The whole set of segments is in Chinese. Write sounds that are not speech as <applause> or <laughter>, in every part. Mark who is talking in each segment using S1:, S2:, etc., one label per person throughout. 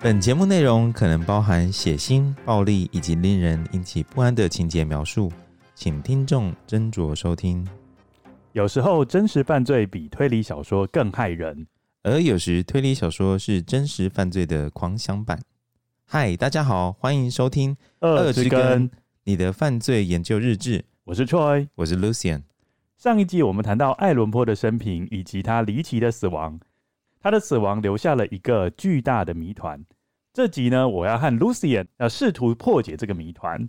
S1: 本节目内容可能包含血腥、暴力以及令人引起不安的情节描述，请听众斟酌收听。
S2: 有时候真实犯罪比推理小说更害人。
S1: 而有时推理小说是真实犯罪的狂想版。嗨，大家好，欢迎收听《
S2: 二之根，
S1: 你的犯罪研究日志》，
S2: 我是 Troy。
S1: 我是 Lucian。
S2: 上一集我们谈到艾伦坡的生平以及他离奇的死亡，他的死亡留下了一个巨大的谜团。这集呢，我要和 Lucian 要试图破解这个谜团，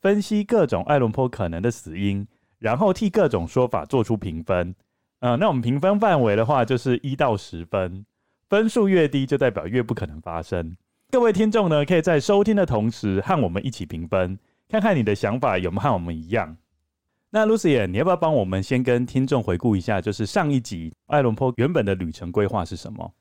S2: 分析各种艾伦坡可能的死因，然后替各种说法做出评分。呃，那我们评分范围的话，就是一到十分，分数越低就代表越不可能发生。各位听众呢，可以在收听的同时和我们一起评分，看看你的想法有没有和我们一样。那 Lucian，你要不要帮我们先跟听众回顾一下，就是上一集艾伦坡原本的旅程规划是什么？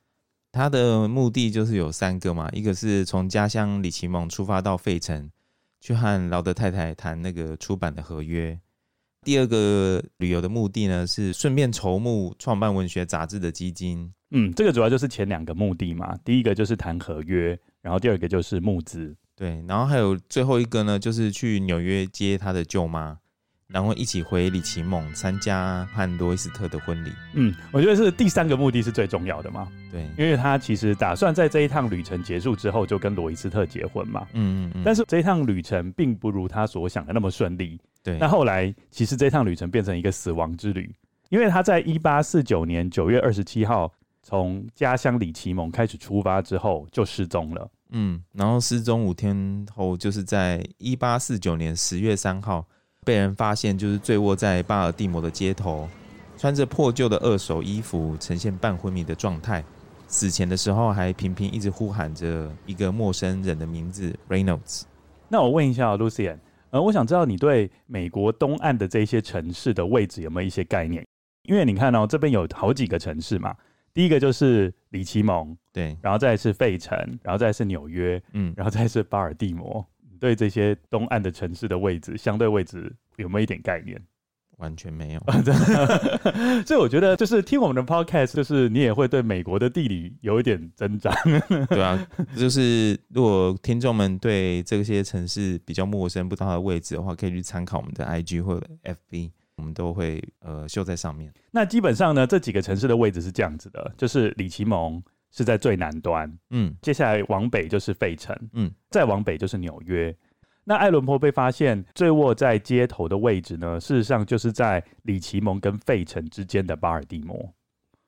S1: 他的目的就是有三个嘛，一个是从家乡里奇蒙出发到费城，去和劳德太太谈那个出版的合约；第二个旅游的目的呢，是顺便筹募创办文学杂志的基金。
S2: 嗯，这个主要就是前两个目的嘛，第一个就是谈合约，然后第二个就是募资。
S1: 对，然后还有最后一个呢，就是去纽约接他的舅妈，然后一起回里奇蒙参加和罗伊斯特的婚礼。
S2: 嗯，我觉得是第三个目的是最重要的嘛，
S1: 对，
S2: 因为他其实打算在这一趟旅程结束之后就跟罗伊斯特结婚嘛。
S1: 嗯嗯嗯，
S2: 但
S1: 是
S2: 是这一趟旅程并不如他所想的那么顺利。
S1: 对，
S2: 那后来，其实这趟旅程变成一个死亡之旅，因为他在一八四九年九月二十七号从家乡里奇蒙开始出发之后就失踪了。
S1: 嗯，然后失踪五天后，就是在一八四九年十月三号被人发现，就是醉卧在巴尔的摩的街头，穿着破旧的二手衣服，呈现半昏迷的状态。死前的时候还频频一直呼喊着一个陌生人的名字 Reynolds。
S2: 那我问一下、l u c i a n 呃，我想知道你对美国东岸的这些城市的位置有没有一些概念？因为你看哦，这边有好几个城市嘛，第一个就是里奇蒙，
S1: 对，
S2: 然后再来是费城，然后再来是纽约，
S1: 嗯，
S2: 然后再来是巴尔的摩。你对这些东岸的城市的位置、相对位置有没有一点概念？
S1: 完全没有。
S2: <laughs> 所以我觉得，就是听我们的 podcast，就是你也会对美国的地理有一点增长。
S1: 对啊，就是如果听众们对这些城市比较陌生，不知道它的位置的话，可以去参考我们的 IG 或者 FB，我们都会呃秀在上面。
S2: <laughs> 那基本上呢，这几个城市的位置是这样子的，就是里奇蒙是在最南端，
S1: 嗯
S2: 接下来往北就是费城，
S1: 嗯，
S2: 再往北就是纽约。那艾伦坡被发现坠卧在街头的位置呢，事实上就是在里奇蒙跟费城之间的巴尔的摩，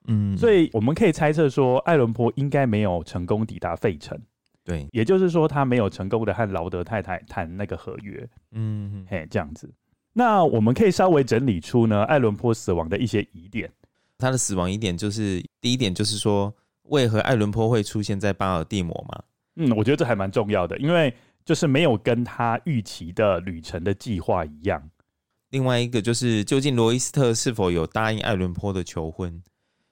S1: 嗯，
S2: 所以我们可以猜测说，艾伦坡应该没有成功抵达费城，
S1: 对，
S2: 也就是说，他没有成功的和劳德太太谈那个合约。
S1: 嗯，
S2: 嘿，这样子。那我们可以稍微整理出呢，艾伦坡死亡的一些疑点。
S1: 他的死亡疑点就是第一点就是说，为何艾伦坡会出现在巴尔的摩嘛？
S2: 嗯，我觉得这还蛮重要的，因为就是没有跟他预期的旅程的计划一样。
S1: 另外一个就是，究竟罗伊斯特是否有答应艾伦坡的求婚？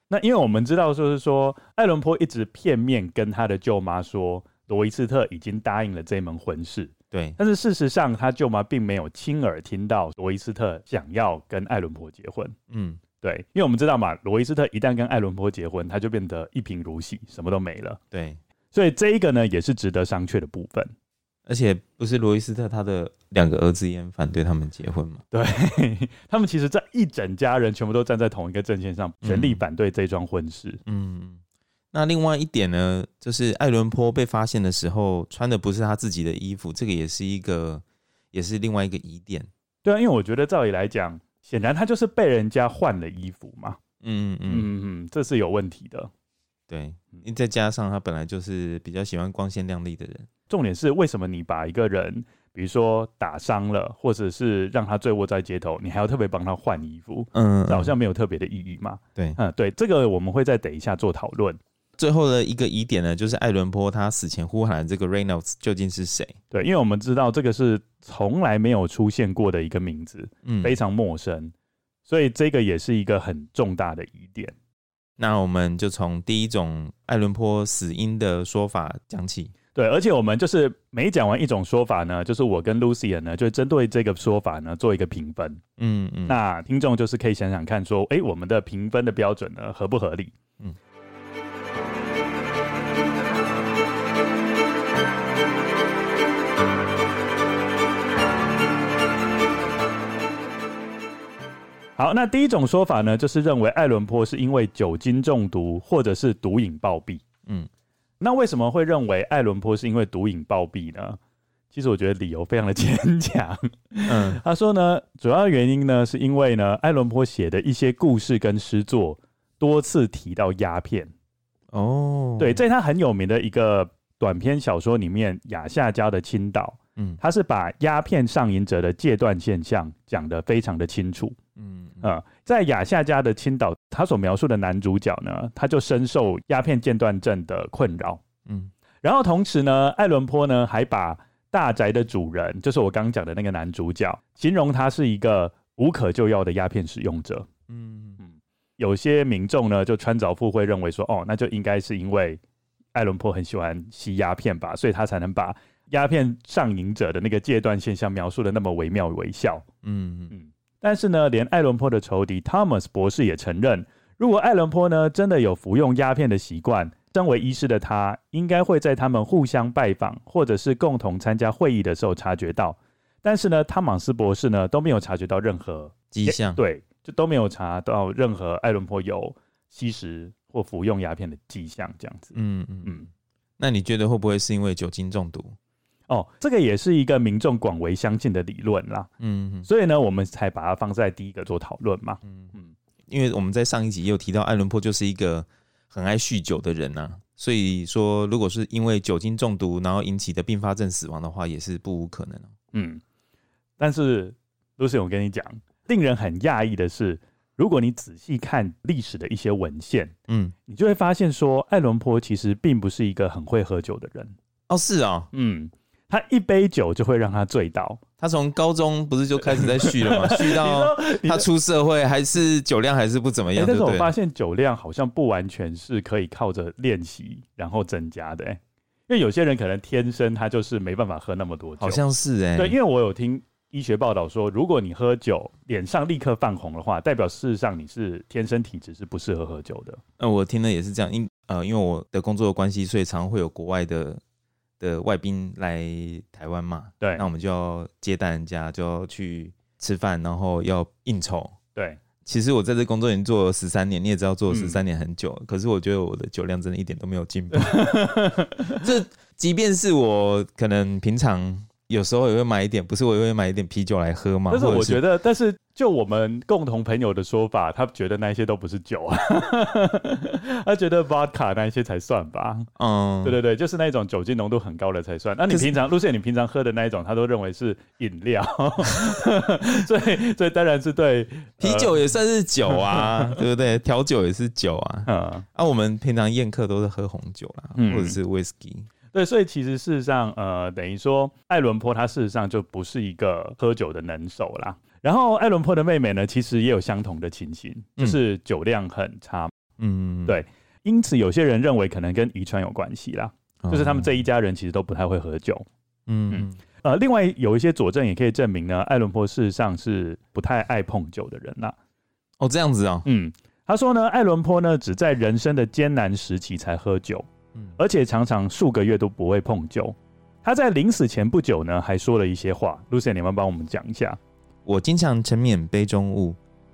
S2: 那因为我们知道，就是说，艾伦坡一直片面跟他的舅妈说，罗伊斯特已经答应了这门婚事，
S1: 对，
S2: 但是事实上，他舅妈并没有亲耳听到罗伊斯特想要跟艾伦坡结婚。
S1: 嗯，
S2: 对，因为我们知道嘛，罗伊斯特一旦跟艾伦坡结婚，他就变得一贫如洗，什么都没了。
S1: 对，
S2: 所以这一个呢，也是值得商榷的部分。
S1: 而且不是罗伊斯特他的两个儿子也很反对他们结婚嘛？
S2: 他们其实这一整家人全部都站在同一个阵线上，全力反对这桩婚事。
S1: 嗯，那另外一点呢，就是艾伦坡被发现的时候穿的不是他自己的衣服，这个也是一个，也是另外一个疑点。
S2: 对啊，因为我觉得照理来讲，显然他就是被人家换了衣服嘛。
S1: 嗯嗯嗯，
S2: 嗯嗯，这是有问题的。
S1: 对，因为再加上他本来就是比较喜欢光鲜亮丽的人。
S2: 重点是为什么你把一个人，比如说打伤了，或者是让他醉卧在街头，你还要特别帮他换衣服？
S1: 嗯，
S2: 这好像没有特别的意义嘛。
S1: 对。
S2: 嗯，对，这个我们会再等一下做讨论。
S1: 最后的一个疑点呢，就是艾伦坡他死前呼喊的这个 Reynolds 究竟是谁？
S2: 对，因为我们知道这个是从来没有出现过的一个名字，
S1: 嗯，
S2: 非常陌生，所以这个也是一个很重大的疑点。
S1: 那我们就从第一种艾伦坡死因的说法讲起。
S2: 对，而且我们就是每讲完一种说法呢，就是我跟 Lucian 呢，就针对这个说法呢做一个评分。
S1: 嗯嗯，
S2: 那听众就是可以想想看，说，哎、我们的评分的标准呢合不合理？
S1: 嗯
S2: 嗯。好，那第一种说法呢，就是认为艾伦坡是因为酒精中毒或者是毒瘾暴毙。
S1: 嗯
S2: 嗯，那为什么会认为艾伦坡是因为毒瘾暴毙呢？其实我觉得理由非常的 <laughs> 牵强。
S1: 嗯
S2: 他说呢，主要原因呢，是因为呢，艾伦坡写的一些故事跟诗作多次提到鸦片。
S1: 哦，
S2: 对，在他很有名的一个短篇小说里面，《雅夏家的青岛》，
S1: 嗯
S2: 他是把鸦片上瘾者的戒断现象讲得非常的清楚。
S1: 嗯嗯
S2: 呃，在雅夏家的青岛，他所描述的男主角呢，他就深受鸦片戒断症的困扰。
S1: 嗯
S2: 然后同时呢，艾伦坡呢还把大宅的主人，就是我刚讲的那个男主角，形容他是一个无可救药的鸦片使用者。
S1: 嗯
S2: 有些民众呢就穿凿附会，认为说，哦，那就应该是因为艾伦坡很喜欢吸鸦片吧，所以他才能把鸦片上瘾者的那个戒断现象描述的那么惟妙惟肖。
S1: 嗯嗯
S2: 嗯，但是呢，连艾伦坡的仇敌 Thomas 博士也承认，如果艾伦坡呢真的有服用鸦片的习惯，身为医师的他，应该会在他们互相拜访或者是共同参加会议的时候察觉到。但是呢，汤马斯博士呢都没有察觉到任何
S1: 迹象，
S2: 对，就都没有查到任何艾伦坡有吸食或服用鸦片的迹象，这样子。
S1: 嗯嗯嗯
S2: 嗯，
S1: 那你觉得会不会是因为酒精中毒？
S2: 哦，这个也是一个民众广为相信的理论啦，
S1: 嗯嗯
S2: 所以呢，我们才把它放在第一个做讨论嘛。
S1: 嗯嗯
S2: 嗯，
S1: 因为我们在上一集也有提到，艾伦坡就是一个很爱酗酒的人呐、所以说如果是因为酒精中毒然后引起的并发症死亡的话，也是不无可能哦、
S2: 嗯，但是 Lucy，我跟你讲，令人很讶异的是，如果你仔细看历史的一些文献，
S1: 嗯，
S2: 你就会发现说，爱伦坡其实并不是一个很会喝酒的人。
S1: 哦是哦，
S2: 嗯，他一杯酒就会让他醉倒。
S1: 他从高中不是就开始在酗了吗？
S2: <laughs>
S1: 酗到
S2: 你
S1: 他出社会还是酒量还是不怎么
S2: 哎
S1: 样，对
S2: 但是
S1: 不
S2: 我
S1: 对
S2: 发？现酒量好像不完全是可以靠着练习然后增加的、哎因为有些人可能天生他就是没办法喝那么多酒。
S1: 好像是哎、
S2: 对，因为我有听医学报道说，如果你喝酒脸上立刻泛红的话，代表事实上你是天生体质是不适合喝酒的。
S1: 呃，我听了也是这样，因呃，因为我的工作的关系，所以常会有国外的的外宾来台湾嘛，
S2: 对
S1: 那我们就要接待人家，就要去吃饭，然后要应酬。
S2: 对，
S1: 其实我在这工作已经做了十三年，你也知道做了十
S2: 嗯
S1: 三年很久了，可是我觉得我的酒量真的一点都没有
S2: <laughs>
S1: 进步。这即便是我可能平常有时候也会买一点，不是我也会买一点啤酒来喝嘛，
S2: 但是
S1: 或者
S2: 我
S1: 是
S2: 觉得，但是就我们共同朋友的说法，他觉得那些都不是酒啊， <laughs> 他觉得 vodka 那些才算吧。
S1: 嗯，
S2: 对对对，就是那种酒精浓度很高的才算。那你
S1: 可是
S2: 平常路线，你平常喝的那一种，他都认为是饮料， <laughs> 所以所以当然是对
S1: 啤酒也算是酒啊， <laughs> 对不对？调酒也是酒啊。
S2: 呃，
S1: 啊，我们平常宴客都是喝红酒啦，
S2: 嗯
S1: 或者是 whisky。
S2: 对，所以其实事实上，呃，等于说艾伦坡他事实上就不是一个喝酒的能手啦。然后艾伦坡的妹妹呢，其实也有相同的情形，
S1: 嗯
S2: 就是酒量很差，
S1: 嗯，
S2: 对因此有些人认为可能跟遗传有关系啦，
S1: 哦
S2: 就是他们这一家人其实都不太会喝酒。
S1: 嗯
S2: 呃，另外有一些佐证也可以证明呢，艾伦坡事实上是不太爱碰酒的人啦。
S1: 哦这样子哦，
S2: 嗯，他说呢，艾伦坡呢只在人生的艰难时期才喝酒，
S1: 嗯
S2: 而且常常数个月都不会碰酒。他在临死前不久呢，还说了一些话。Lucy，你们帮我们讲一下。
S1: 我经常沉湎杯中物，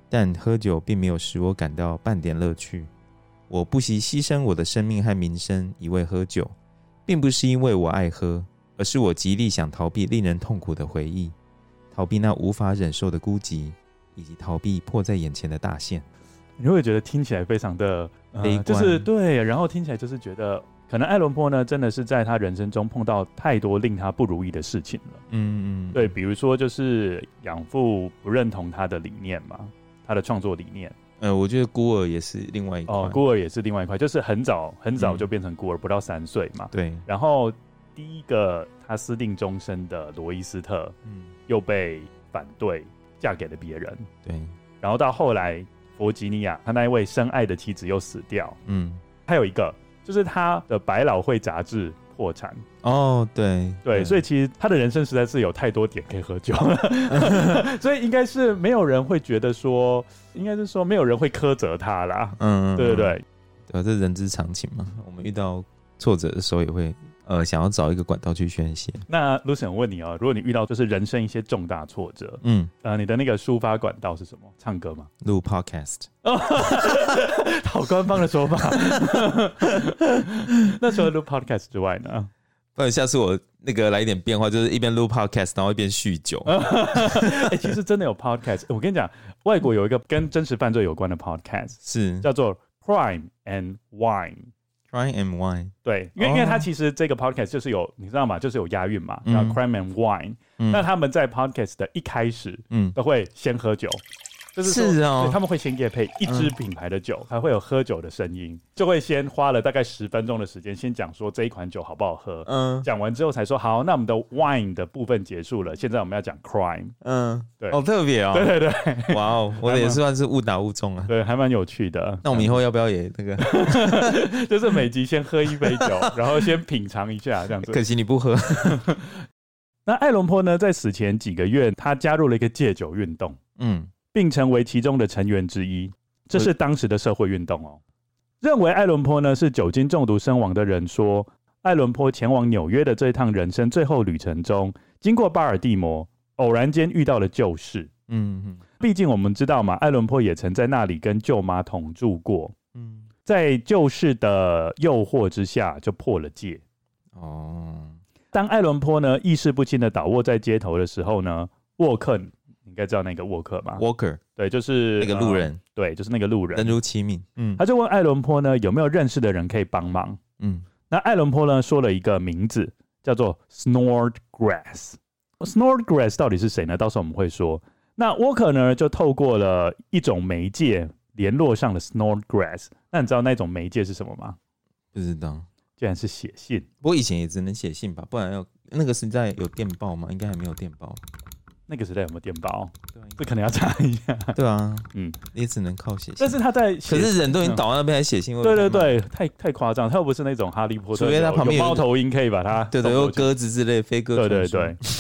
S1: 但喝酒并没有使我感到半点乐趣。我不惜牺牲我的生命和名声以为喝酒，并不是因为我爱喝，而是我极力想逃避令人痛苦的回忆，逃避那无法忍受的孤寂，以及逃避迫在眼前的大限。
S2: 你会觉得听起来非常的、
S1: 悲
S2: 呃，
S1: 观
S2: 就是对，然后听起来就是觉得，可能艾伦坡呢，真的是在他人生中碰到太多令他不如意的事情了。
S1: 嗯嗯，
S2: 对，比如说就是养父不认同他的理念嘛，他的创作理念。
S1: 呃，我觉得孤儿也是另外一块。
S2: 哦，孤儿也是另外一块，就是很早很早
S1: 嗯
S2: 就变成孤儿，不到三岁嘛。
S1: 对，
S2: 然后第一个他私定终身的罗伊斯特
S1: 嗯，
S2: 又被反对，嫁给了别人。
S1: 对，
S2: 然后到后来，弗吉尼亚他那一位深爱的妻子又死掉，
S1: 嗯
S2: 还有一个就是他的百老汇杂志破产。
S1: 哦，对
S2: 对，所
S1: 以
S2: 以其实他的人生实在是有太多点可以喝酒，所以应该是没有人会觉得说，应该是说没有人会苛责他啦。
S1: 嗯，嗯嗯
S2: 对对，对，
S1: 对啊，这人之常情嘛。我们遇到挫折的时候也会呃想要找一个管道去宣泄。
S2: 那 Lucian 我问你哦，如果你遇到就是人生一些重大挫折，
S1: 嗯，
S2: 呃，你的那个抒发管道是什么？唱歌吗？
S1: 录 podcast，
S2: <laughs> 好官方的说法。 <laughs> 那除了录 podcast 之外
S1: <laughs>
S2: 呢？
S1: 不然下次我那个来一点变化，就是一边录 podcast，然后一边酗酒。
S2: 哎、其实真的有 podcast。我跟你讲，外国有一个跟真实犯罪有关的 podcast，
S1: 是
S2: 叫做 Crime and Wine。
S1: Try and Wine，
S2: 对，因为、
S1: 哦
S2: 因为它其实这个 podcast 就是有你知道吗？就是有押韵嘛，
S1: 嗯
S2: 叫 Crime and Wine、
S1: 嗯
S2: 那他们在 podcast 的一开始
S1: 嗯，
S2: 都会先喝酒，就是说
S1: 是嗯哦
S2: 对他们会先夜配一支品牌的酒，还会有喝酒的声音，就会先花了大概十分钟的时间，先讲说这一款酒好不好喝。
S1: 嗯
S2: 讲完之后才说好，那我们的 wine 的部分结束了，现在我们要讲 crime。
S1: 嗯，
S2: 对
S1: 好特别哦，
S2: 对对对
S1: 哇哦，我的也算是误打误中啊。
S2: 对，还蛮有趣的。
S1: 那我们以后要不要也那个？
S2: <laughs> 就是每集先喝一杯酒，
S1: <laughs>
S2: 然后先品尝一下这样子。
S1: 可惜你不喝。
S2: 那艾伦坡呢，在死前几个月，他加入了一个戒酒运动，
S1: 嗯，
S2: 并成为其中的成员之一。这是当时的社会运动哦。认为艾伦坡呢是酒精中毒身亡的人说，艾伦坡前往纽约的这一趟人生最后旅程中，经过巴尔的摩，偶然间遇到了旧事。
S1: 嗯嗯
S2: 毕竟我们知道嘛，艾伦坡也曾在那里跟舅妈同住过，
S1: 嗯，
S2: 在旧事的诱惑之下就破了戒。
S1: 哦，
S2: 当艾伦坡呢意识不清的倒卧在街头的时候呢，沃克，你应该知道那个沃克吧？
S1: Walker
S2: 啊对，就是
S1: 那个路、
S2: 呃
S1: 人，
S2: 对，就是那个路人
S1: 人。如其名。嗯
S2: 他就问艾伦坡呢有没有认识的人可以帮忙。
S1: 嗯，
S2: 那艾伦坡呢说了一个名字，叫做 Snodgrass。Snodgrass 到底是谁呢？到时候我们会说。那 Walker 呢就透过了一种媒介联络上了 Snodgrass。那你知道那种媒介是什么吗？
S1: 不知道。
S2: 竟然是写信。
S1: 不过以前也只能写信吧，不然要那个时代有电报吗？应该还没有电报。
S2: 那个时代有没有电报？
S1: 对
S2: 这可能要查
S1: <laughs>
S2: 一下。
S1: 对啊，
S2: 啊嗯
S1: 嗯，也只能靠写信。
S2: 但是他在写
S1: 可是人都已经倒在那边还写信，会不
S2: 对
S1: 会太
S2: 对
S1: 慢，
S2: 对，太太夸张，他又不是那种哈利波特，
S1: 除非他
S2: 有
S1: 旁边
S2: 有
S1: 有
S2: 猫头鹰可以把它
S1: 对对，
S2: 送
S1: 有
S2: 过去
S1: 鸽子之类飞鸽传
S2: 对对
S1: 书
S2: 对，。 <laughs>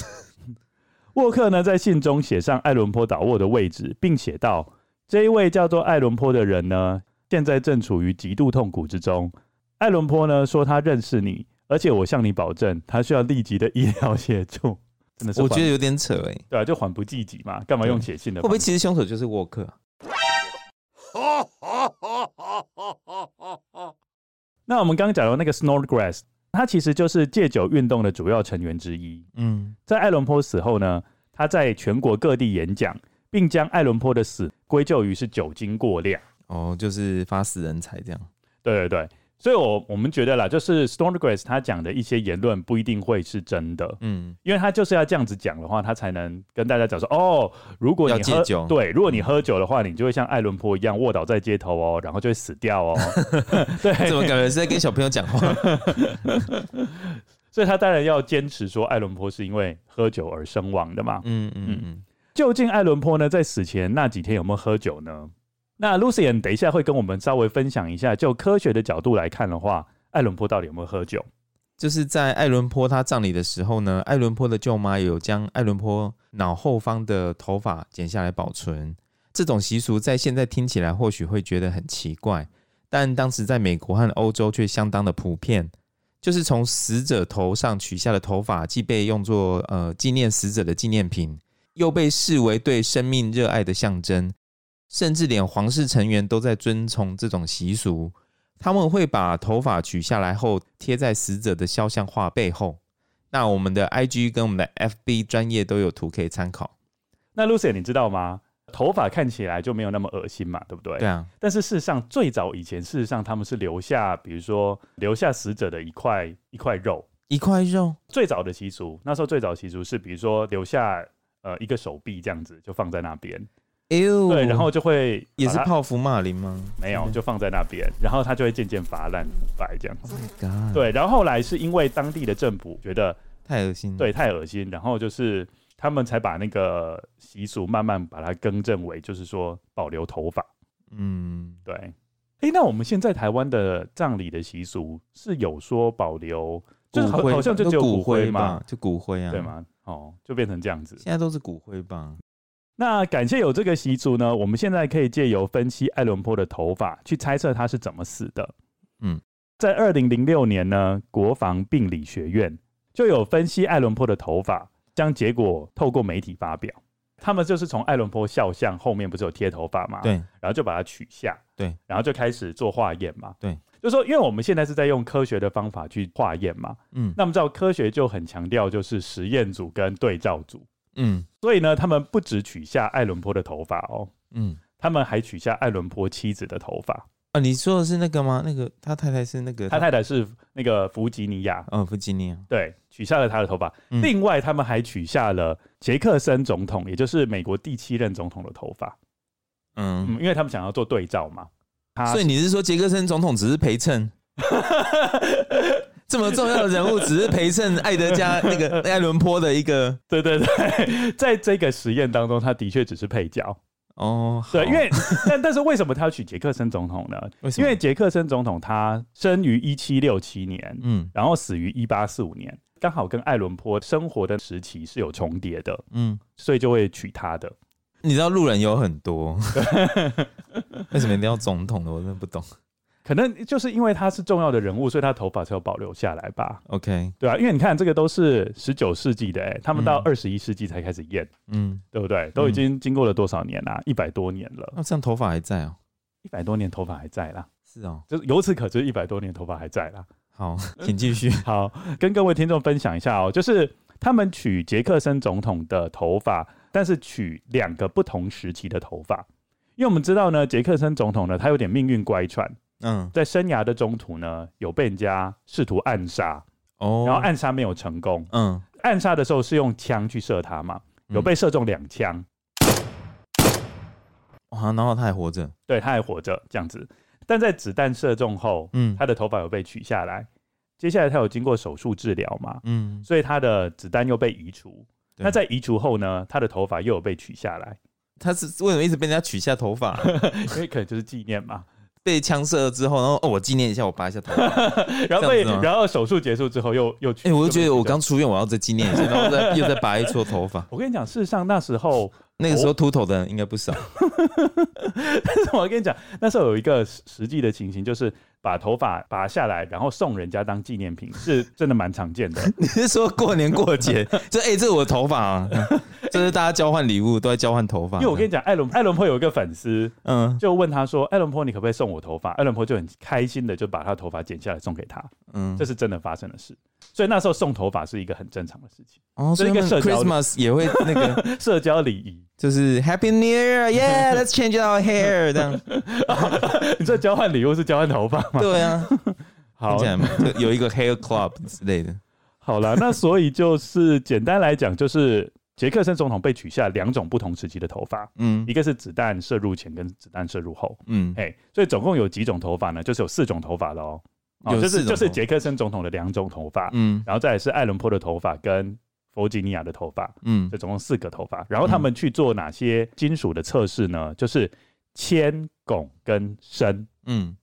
S2: 沃克呢在信中写上艾伦坡倒卧的位置，并写道：“这一位叫做艾伦坡的人呢，现在正处于极度痛苦之中。艾伦坡呢说他认识你，而且我向你保证，他需要立即的医疗协助。” <laughs> 真的是
S1: 我
S2: 缓
S1: 觉得有点扯哎，
S2: 对啊，就缓不济急嘛，干嘛用写信的
S1: 会
S2: 方式？
S1: 不会其实凶手就是沃克啊？
S2: <laughs> 那我们刚刚讲到那个 Snodgrass，他其实就是戒酒运动的主要成员之一。
S1: 嗯
S2: 在艾伦坡死后呢，他在全国各地演讲，并将艾伦坡的死归咎于是酒精过量。
S1: 哦，就是发死人财这样。
S2: 对对对，所以我我们觉得啦，就是 Snodgrass 他讲的一些言论不一定会是真的，
S1: 嗯，
S2: 因为他就是要这样子讲的话，他才能跟大家讲说，哦，如果你
S1: 要戒
S2: 喝
S1: 酒嗯
S2: 对，如果你喝酒的话，你就会像艾伦坡一样卧倒在街
S1: <laughs>
S2: 头哦，然后就会死掉哦。对，
S1: 怎么感觉是在跟小朋友讲话？
S2: 所以他当然要坚持说，艾伦坡是因为喝酒而身亡的嘛。
S1: <laughs> 嗯嗯嗯，
S2: 究竟艾伦坡呢在死前那几天有没有喝酒呢？那 Lucian 等一下会跟我们稍微分享一下，就科学的角度来看的话，艾伦坡到底有没有喝酒？
S1: 就是在艾伦坡他葬礼的时候呢，艾伦坡的舅妈有将艾伦坡脑后方的头发剪下来保存。这种习俗在现在听起来或许会觉得很奇怪，但当时在美国和欧洲却相当的普遍。就是从死者头上取下的头发，既被用作呃纪念死者的纪念品，又被视为对生命热爱的象征，甚至连皇室成员都在遵从这种习俗。他们会把头发取下来后贴在死者的肖像画背后。那我们的 IG 跟我们的 FB 专业都有图可以参考。
S2: 那 Lucian 你知道吗？头发看起来就没有那么恶心嘛，对不对？
S1: 对啊，
S2: 但是事实上，最早以前，事实上他们是留下，比如说留下死者的一块一块肉。
S1: 一块肉，
S2: 最早的习俗，那时候最早的习俗是，比如说留下呃一个手臂这样子，就放在那边。
S1: 哎呦，
S2: 对，然后就会
S1: 也是
S2: 把 Oh 它
S1: 泡芙马林吗？
S2: 没有，就放在那边，然后它就会渐渐发烂腐败这样子。
S1: God，，
S2: 对，然后后来是因为当地的政府觉得
S1: 太恶心了。，
S2: 对太恶心，然后就是他们才把那个习俗慢慢把它更正为，就是说保留头发。
S1: 嗯，
S2: 对，诶，那我们现在台湾的葬礼的习俗是有说保留就是
S1: 骨
S2: 好
S1: 灰
S2: 好像就只有
S1: 骨
S2: 骨灰嘛
S1: 吧，就骨灰啊，
S2: 对？吗？哦，就变成这样子。
S1: 现在都是骨灰吧？
S2: 那感谢有这个习俗呢，我们现在可以借由分析爱伦坡的头发，去猜测他是怎么死的。
S1: 嗯，
S2: 在二零零六年呢，国防病理学院就有分析爱伦坡的头发，将结果透过媒体发表。他们就是从爱伦坡肖像后面不是有贴头发吗？，
S1: 对，
S2: 然后就把它取下，
S1: 对，
S2: 然后就开始做化验嘛。
S1: 对，
S2: 就说因为我们现在是在用科学的方法去化验嘛，
S1: 嗯
S2: 那我们知道科学就很强调就是实验组跟对照组。
S1: 嗯
S2: 所以呢，他们不只取下爱伦坡的头发哦，
S1: 嗯。
S2: 他们还取下爱伦坡妻子的头发。
S1: 啊，你说的是那个吗？那个他太太是那个
S2: 他太太是那个弗吉尼亚，
S1: 哦，弗吉尼亚，
S2: 对，取下了她的头发。
S1: 嗯
S2: 另外，他们还取下了杰克森总统，也就是美国第七任总统的头发。
S1: 嗯，
S2: 嗯，因为他们想要做对照嘛。他
S1: 所以你是说杰克森总统只是陪
S2: <laughs>
S1: 衬？这么重要的人物只是陪衬艾德加那
S2: <laughs>
S1: 个艾伦坡的一个
S2: 对对对， <laughs> 在这个实验当中，他的确只是配角。
S1: 哦，好
S2: 对，因为但但是为什么他要取杰克森总统
S1: <laughs>
S2: 呢？
S1: 为什
S2: 因
S1: 么
S2: 为杰克森总统他生于一七六七年，
S1: 嗯
S2: 然后死于一八四五年，刚好跟爱伦坡生活的时期是有重叠的，
S1: 嗯，
S2: 所以就会娶她的。
S1: 你知道路人有很多， <laughs> 为什么一定要总统的？我真的不懂。
S2: 可能就是因为他是重要的人物，所以他头发才有保留下来吧，
S1: OK，
S2: 对啊，因为你看，这个都是十九世纪的、欸，他们到二十一世纪才开始验，
S1: 嗯，
S2: 对不对？都已经经过了多少年啦、一百多年了，
S1: 那、这样头发还在哦？
S2: 一百多年头发还在啦，
S1: 是哦，
S2: 就是由此可知，一百多年头发还在啦。
S1: 好，请继续。
S2: 好，跟各位听众分享一下哦，就是他们取杰克森总统的头发，但是取两个不同时期的头发，因为我们知道呢，杰克森总统呢，他有点命运乖舛，
S1: 嗯，
S2: 在生涯的中途呢，有被人家试图暗杀，
S1: 哦，
S2: 然后暗杀没有成功，
S1: 嗯，
S2: 暗杀的时候是用枪去射他嘛，有被射中两枪，
S1: 哇，然后他还活着，
S2: 对，他还活着这样子，但在子弹射中后，
S1: 嗯
S2: 他的头发有被取下来，接下来他有经过手术治疗嘛，
S1: 嗯，
S2: 所以他的子弹又被移除。
S1: 对
S2: 那在移除后呢，他的头发又有被取下
S1: <laughs>
S2: 来，
S1: 他是为什么一直被人家取下头发？
S2: <laughs> 因为可能就是纪念
S1: <laughs>
S2: 嘛。
S1: 被枪射了之后，然后哦，我纪念一下，我拔一下头发。
S2: 然后被，
S1: 这样子吗
S2: 然后手术结束之后又又取。
S1: 哎、我就觉得我
S2: 又被取
S1: 刚出院，我要再纪念一下，然后再又再拔一撮头发
S2: 掉。我跟你讲，事实上那时候， <laughs>
S1: 那个
S2: 哦
S1: 时候秃头的人应该不少。 <laughs>
S2: 我跟你讲，那时候有一个实实际的情形，就是把头发拔下来，然后送人家当纪念品，是真的蛮常
S1: <laughs>
S2: 见的。
S1: 你是说过年过节，就哎、这是我的头发啊，这是大家交换礼物都在交换头发。
S2: 因为我跟你讲，艾伦艾伦坡有一个粉丝
S1: 嗯
S2: 就问他说：“艾伦坡，你可不可以送我头发？”艾伦坡就很开心的就把他头发剪下来送给他，
S1: 嗯
S2: 这，是真的发生的事。所以那时候送头发是一个很正常的事情，
S1: 哦，所以他们
S2: 这是一个社交
S1: Christmas 也会那个，
S2: 社交礼仪。
S1: 就是 Happy New
S2: <laughs>
S1: Year，Yeah，Let's change our hair 这样。
S2: 你这交换礼物是交换头发
S1: <laughs>
S2: 吗？
S1: 对啊，
S2: 好
S1: 听起，来嘛就有一个 Hair Club 之类的。
S2: 好了，那所以就是简单来讲，就是杰克森总统被取下两种不同时期的头发，
S1: 嗯
S2: 一个是子弹射入前跟子弹射入后，
S1: 嗯，
S2: 哎，所以总共有几种头发呢？就是有四种头发喽。哦，
S1: 有
S2: 就
S1: 四
S2: 是
S1: 种
S2: 就是
S1: 头发
S2: 杰克森总统的两种头发，
S1: 嗯
S2: 然后再来是艾伦坡的头发跟弗吉尼亚的头发，
S1: 嗯
S2: 这总共四个头发。然后他们去做哪些金属的测试呢？就是铅、汞跟砷。
S1: 嗯，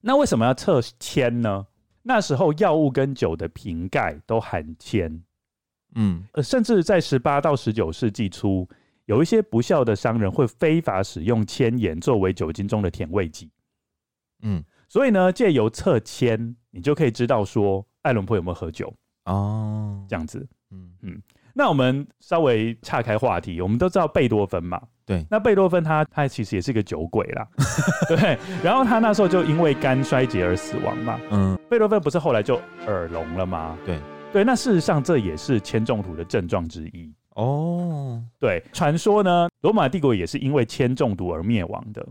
S2: 那为什么要测铅呢？那时候药物跟酒的瓶盖都含铅，
S1: 嗯，
S2: 呃，甚至在十八到十九世纪初，有一些不孝的商人会非法使用铅盐作为酒精中的甜味剂。
S1: 嗯，
S2: 所以呢，借由测铅，你就可以知道说艾伦坡有没有喝酒
S1: 哦，
S2: 这样子。
S1: 嗯
S2: 那我们稍微岔开话题，我们都知道贝多芬嘛，
S1: 对
S2: 那贝多芬他他其实也是个酒鬼啦，对，然后他那时候就因为肝衰竭而死亡嘛。
S1: 嗯，
S2: 贝多芬不是后来就耳聋了吗？
S1: 对
S2: 对，那事实上这也是铅中毒的症状之一。
S1: 哦，
S2: 对，传说呢，罗马帝国也是因为铅中毒而灭亡的。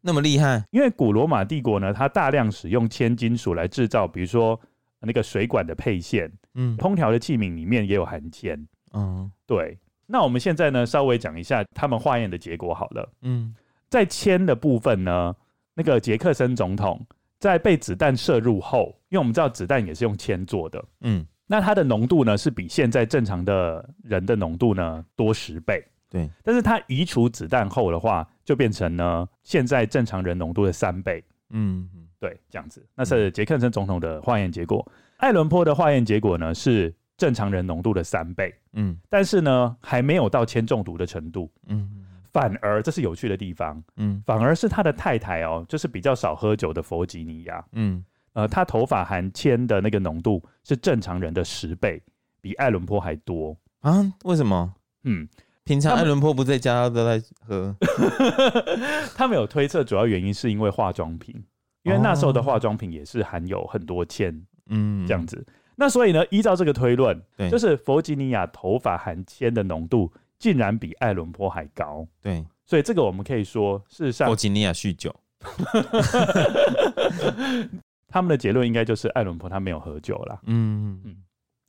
S1: 那么厉害，
S2: 因为古罗马帝国呢，它大量使用铅金属来制造，比如说那个水管的配线、
S1: 嗯
S2: 烹调的器皿里面也有含铅。
S1: 嗯
S2: 对，那我们现在呢，稍微讲一下他们化验的结果好了。
S1: 嗯
S2: 在铅的部分呢，那个杰克森总统在被子弹射入后，因为我们知道子弹也是用铅做的，
S1: 嗯，
S2: 那它的浓度呢是比现在正常的人的浓度呢多十倍。
S1: 对，
S2: 但是它移除子弹后的话，就变成呢现在正常人浓度的三倍，
S1: 嗯嗯
S2: 对，这样子，那是杰克森总统的化验结果。艾伦坡的化验结果呢是正常人浓度的三倍，
S1: 嗯
S2: 但是呢还没有到铅中毒的程度，
S1: 嗯
S2: 反而这是有趣的地方，
S1: 嗯
S2: 反而是他的太太哦，就是比较少喝酒的弗吉尼亚，
S1: 嗯
S2: 呃，她头发含铅的那个浓度是正常人的十倍，比艾伦坡还多。
S1: 啊？为什么？
S2: 嗯，
S1: 平常
S2: 他
S1: 艾
S2: 们
S1: 伦坡不在家都在喝？
S2: 他们有推测主要原因是因为化妆品，因为那时候的化妆品也是含有很多铅
S1: 哦嗯，
S2: <laughs> 这样子。那所以呢，依照这个推论，
S1: 对
S2: 就是弗吉尼亚头发含铅的浓度竟然比艾伦坡还高，
S1: 对，
S2: 所以这个我们可以说，事实上
S1: 波吉尼亚酗酒。
S2: 他们的结论应该就是艾伦坡他没有喝酒啦。
S1: 嗯嗯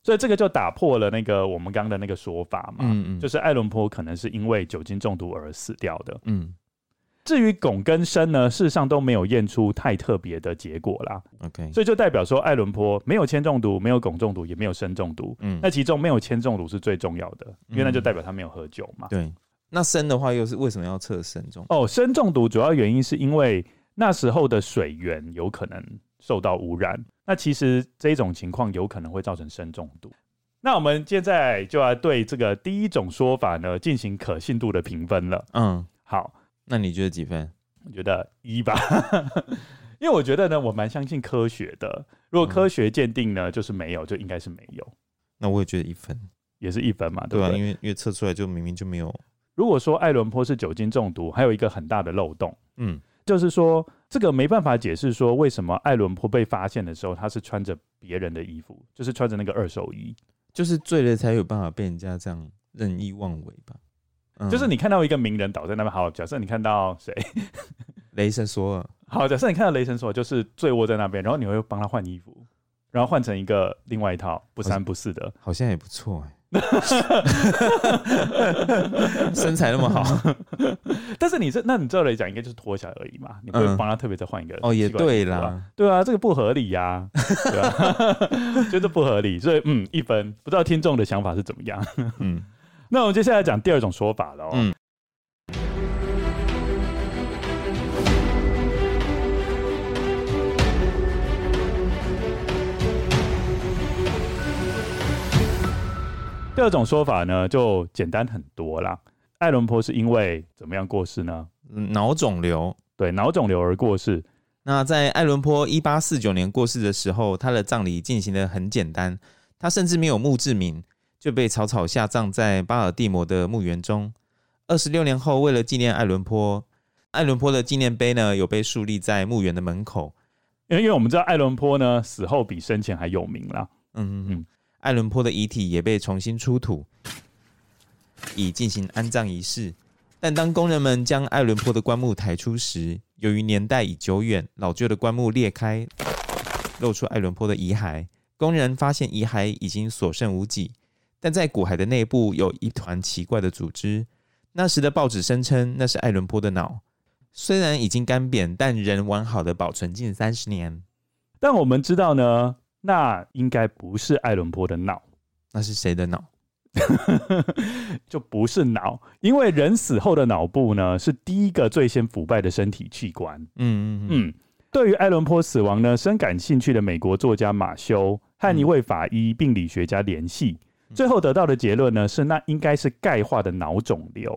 S2: 所以这个就打破了那个我们刚刚的那个说法嘛，
S1: 嗯嗯，
S2: 就是艾伦坡可能是因为酒精中毒而死掉的。
S1: 嗯
S2: 至于汞跟砷呢，事实上都没有验出太特别的结果啦，
S1: ，OK，
S2: 所以就代表说艾伦坡没有铅中毒，没有汞中毒，也没有砷中毒。
S1: 嗯
S2: 那其中没有铅中毒是最重要的，因为那就代表他没有喝酒嘛。
S1: 对。那砷的话，又是为什么要测砷中？
S2: 哦，砷中毒主要原因是因为那时候的水源有可能受到污染，那其实这种情况有可能会造成砷中毒。那我们现在就要对这个第一种说法呢进行可信度的评分了。
S1: 嗯，
S2: 好，
S1: 那你觉得几分？
S2: 我觉得一吧， <laughs> 因为我觉得呢，我蛮相信科学的。如果科学鉴定呢，就是没有，就应该是没有，
S1: 那我也觉得一分，
S2: 也是一分嘛，对
S1: 对
S2: 不
S1: 啊，
S2: 对？
S1: 因为因为测出来就明明就没有，
S2: 如果说艾伦坡是酒精中毒，还有一个很大的漏洞，
S1: 嗯
S2: 就是说，这个没办法解释说为什么艾伦坡被发现的时候，他是穿着别人的衣服，就是穿着那个二手衣。
S1: 就是醉了才有办法被人家这样任意妄为吧。嗯
S2: 就是你看到一个名人倒在那边，好，假设你看到谁，
S1: 雷神索尔，
S2: 好，假设你看到雷神索尔就是醉卧在那边，然后你会帮他换衣服，然后换成一个另外一套不三不四的，
S1: 好像也不错哎、 <laughs> 身材那么好
S2: 但是你这那你这来讲应该就是脱下来而已嘛，你不会
S1: 嗯
S2: 帮他特别再换一个、
S1: 哦，也对。啦，
S2: 对啊，这个不合理呀、对啊， <laughs> 觉得不合理，所以嗯，一分，不知道听众的想法是怎么样。
S1: 嗯
S2: <laughs> 那我们接下来讲第二种说法了、哦。
S1: 嗯
S2: 第二种说法呢，就简单很多啦。艾伦坡是因为怎么样过世呢？
S1: 嗯脑肿瘤。
S2: 对，脑肿瘤而过世。
S1: 那在艾伦坡一八四九年过世的时候，他的葬礼进行的很简单，他甚至没有墓志铭，就被草草下葬在巴尔的摩的墓园中。二十六年后，为了纪念艾伦坡，艾伦坡的纪念碑呢有被树立在墓园的门口。
S2: 因为因为我们知道艾伦坡呢，死后比生前还有名啦。
S1: 嗯嗯嗯
S2: 嗯，
S1: 艾伦坡的遗体也被重新出土，以进行安葬仪式。但当工人们将艾伦坡的棺木抬出时，由于年代已久远，老旧的棺木裂开，露出艾伦坡的遗骸。工人发现遗骸已经所剩无几，但在骨骸的内部有一团奇怪的组织。那时的报纸声称那是艾伦坡的脑，虽然已经干瘪，但仍完好的保存近三十年。
S2: 但我们知道呢，那应该不是艾伦坡的脑，
S1: 那是谁的脑？
S2: 就不是脑，因为人死后的脑部呢，是第一个最先腐败的身体器官。
S1: 嗯嗯嗯
S2: 嗯，对于艾伦坡死亡呢，深感兴趣的美国作家马修和一位法医病理学家联系，
S1: 嗯
S2: 最后得到的结论呢是，那应该是钙化的脑肿瘤，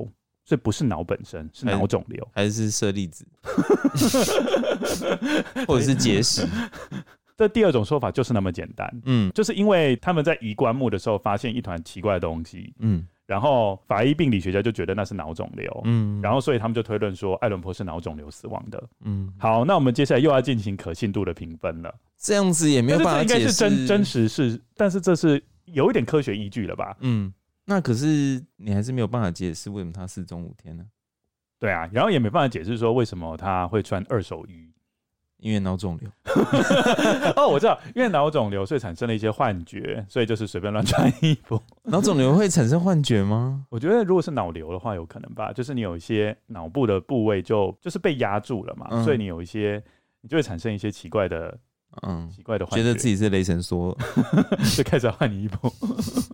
S2: 所以不是脑本
S1: 哎
S2: 身，是脑肿瘤。
S1: 还是舍利子， <laughs> 或者是结
S2: <laughs>
S1: 石。
S2: 这第二种说法就是那么简单，
S1: 嗯
S2: 就是因为他们在移棺木的时候发现一团奇怪的东西，
S1: 嗯
S2: 然后法医病理学家就觉得那是脑肿瘤。
S1: 嗯，
S2: 哦然后，所以他们就推论说，艾伦坡是脑肿瘤死亡的。
S1: 嗯，
S2: 好，那我们接下来又要进行可信度的评分了。
S1: 这样子也没有
S2: 但是
S1: 办
S2: 这
S1: 法
S2: 应该
S1: 解
S2: 是
S1: 释
S2: 真真。实事，但是这是有一点科学依据了吧？
S1: 嗯，那可是你还是没有办法解释为什么他失踪五天呢？
S2: 对啊，然后也没办法解释说为什么他会穿二手衣。 <laughs>
S1: 因为脑肿瘤。
S2: 哦，我知道，因为脑肿瘤，所以产生了一些幻觉，所以就是随便乱穿衣服。 <laughs>
S1: 脑肿瘤会产生幻觉吗？
S2: 我觉得如果是脑瘤的话，有可能吧，就是你有一些脑部的部位就就是被压住了嘛，
S1: 嗯
S2: 所以你有一些你就会产生一些奇怪的
S1: 嗯，
S2: 奇怪的幻
S1: 觉
S2: 觉，
S1: 得自己是雷神说。
S2: <laughs> 就开始要换衣服。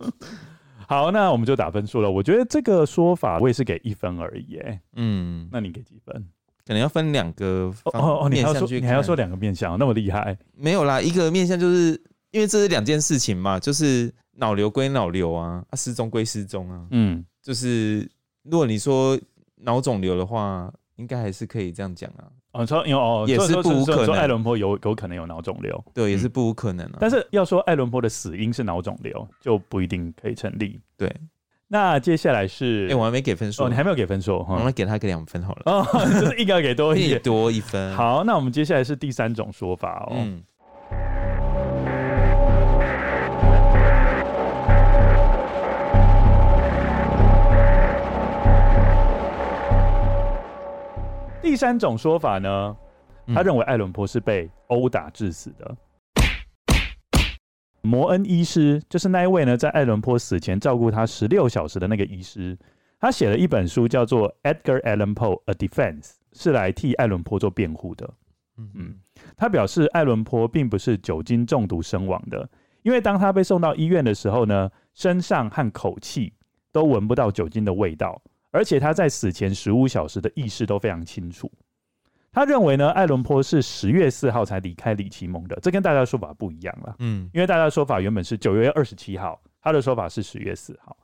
S2: <laughs> 好，那我们就打分数了。我觉得这个说法我也是给一分而已，哎，
S1: 嗯，
S2: 那你给几分？
S1: 可能要分两个
S2: 哦
S1: 方
S2: 哦哦，你
S1: 面
S2: 还要
S1: 向
S2: 说
S1: 去
S2: 你还要
S1: 看
S2: 说两个面相，那么厉害
S1: 没有啦，一个面向就是因为这是两件事情嘛，就是脑瘤归脑瘤啊，啊失踪归失踪啊。
S2: 嗯。
S1: 就是如果你说脑肿瘤的话，应该还是可以这样讲啊，
S2: 哦，说有哦，
S1: 也
S2: 说
S1: 是
S2: 说
S1: 不
S2: 说
S1: 无可
S2: 说说
S1: 能嗯
S2: 艾伦坡有有可能有脑肿瘤，
S1: 对，也是不无可能啊。
S2: 嗯但是要说艾伦坡的死因是脑肿瘤，就不一定可以成立。
S1: 对，
S2: 那接下来是
S1: 哎、，我还没给分数，
S2: 哦，你还没有给分数
S1: 我
S2: 哈，
S1: 们给他个两分好了，
S2: 哦， <laughs> 就是硬要给多
S1: 比
S2: 一
S1: 你 <laughs>
S2: 点。
S1: 多一分。，
S2: 好，那我们接下来是第三种说法哦，
S1: 嗯，
S2: 第三种说法呢，他认
S1: 为
S2: 为艾伦坡是被殴打致死的。摩恩医师就是那一位呢，在艾伦坡死前照顾他十六小时的那个医师，他写了一本书叫做《Edgar Allan Poe: A Defense》，是来替艾伦坡做辩护的。
S1: 嗯
S2: 嗯他表示，艾伦坡并不是酒精中毒身亡的，因为当他被送到医院的时候呢，身上和口气都闻不到酒精的味道，而且他在死前十五小时的意识都非常清楚。他认为呢，艾伦坡是十月四号才离开里奇蒙的，这跟大家的说法不一样啦。
S1: 嗯
S2: 因为大家的说法原本是九月二十七号，他的说法是十月四号，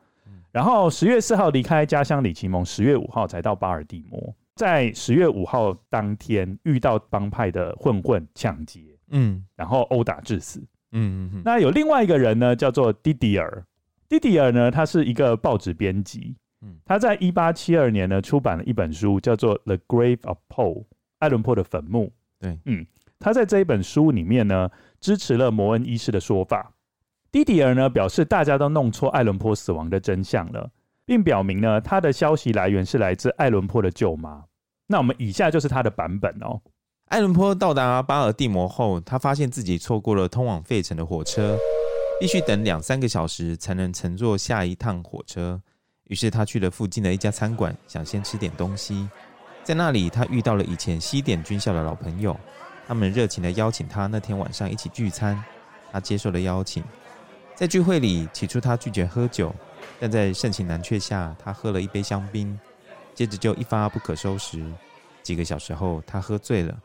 S2: 然后十月四号离开家乡里奇蒙，十月五号才到巴尔的摩，在十月五号当天遇到帮派的混混抢劫，
S1: 嗯
S2: 然后殴打致死。
S1: 嗯嗯嗯，
S2: 那有另外一个人呢，叫做迪迪尔。迪迪尔呢，他是一个报纸编辑
S1: 嗯。
S2: 他在一八七二年呢出版了一本书，叫做《The Grave of Poe》（艾伦坡的坟墓）。
S1: 对，
S2: 嗯，他在这一本书里面呢，支持了摩恩医师的说法。迪迪尔呢表示，大家都弄错艾伦坡死亡的真相了，并表明呢，他的消息来源是来自艾伦坡的舅妈。那我们以下就是他的版本哦。
S1: 艾伦坡到达巴尔的摩后，他发现自己错过了通往费城的火车，必须等两三个小时才能乘坐下一趟火车。于是他去了附近的一家餐馆，想先吃点东西。在那里，他遇到了以前西点军校的老朋友，他们热情地邀请他那天晚上一起聚餐。他接受了邀请，在聚会里，起初他拒绝喝酒，但在盛情难却下，他喝了一杯香槟，接着就一发不可收拾。几个小时后，他喝醉了。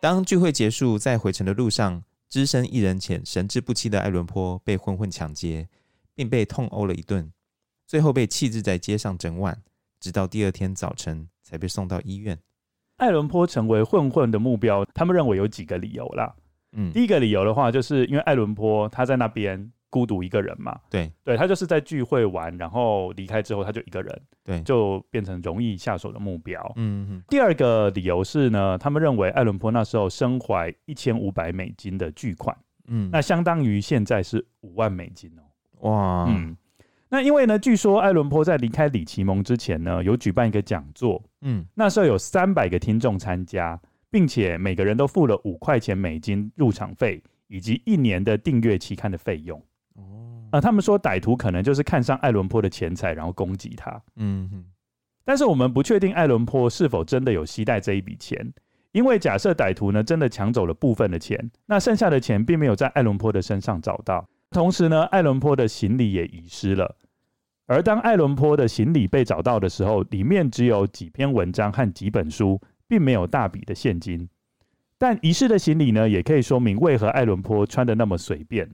S1: 当聚会结束，在回程的路上，只身一人且神志不清的艾伦坡被混混抢劫，并被痛殴了一顿，最后被弃置在街上整晚，直到第二天早晨才被送到医院。
S2: 艾伦坡成为混混的目标，他们认为有几个理由啦。
S1: 嗯，
S2: 第一个理由的话，就是因为艾伦坡他在那边孤独一个人嘛，
S1: 对
S2: 对他就是在聚会完，然后离开之后他就一个人，
S1: 对，
S2: 就变成容易下手的目标。
S1: 嗯嗯
S2: 第二个理由是呢，他们认为艾伦坡那时候身怀一千五百美金的巨款，
S1: 嗯，
S2: 那相当于现在是五万美金哦。
S1: 哇，嗯
S2: 嗯，那因为呢，据说艾伦坡在离开里奇蒙之前呢，有举办一个讲座，
S1: 嗯
S2: 那时候有三百个听众参加，并且每个人都付了五块钱美金入场费，以及一年的订阅期刊的费用。
S1: 哦，
S2: 啊，他们说歹徒可能就是看上艾伦坡的钱财，然后攻击他。
S1: 嗯嗯
S2: 但是我们不确定艾伦坡是否真的有携带这一笔钱，因为假设歹徒呢真的抢走了部分的钱，那剩下的钱并没有在艾伦坡的身上找到。同时呢，艾伦坡的行李也遗失了。而当艾伦坡的行李被找到的时候，里面只有几篇文章和几本书，并没有大笔的现金。但遗失的行李呢，也可以说明为何艾伦坡穿的那么随便。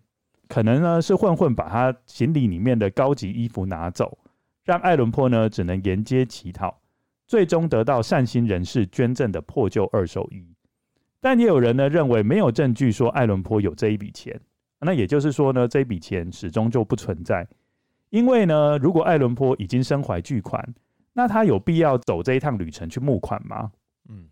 S2: 可能呢是混混把他行李里面的高级衣服拿走，让艾伦坡呢只能沿街乞讨，最终得到善心人士捐赠的破旧二手衣。但也有人呢认为没有证据说艾伦坡有这一笔钱，那也就是说呢这一笔钱始终就不存在，因为呢如果艾伦坡已经身怀巨款，那他有必要走这一趟旅程去募款吗？
S1: 嗯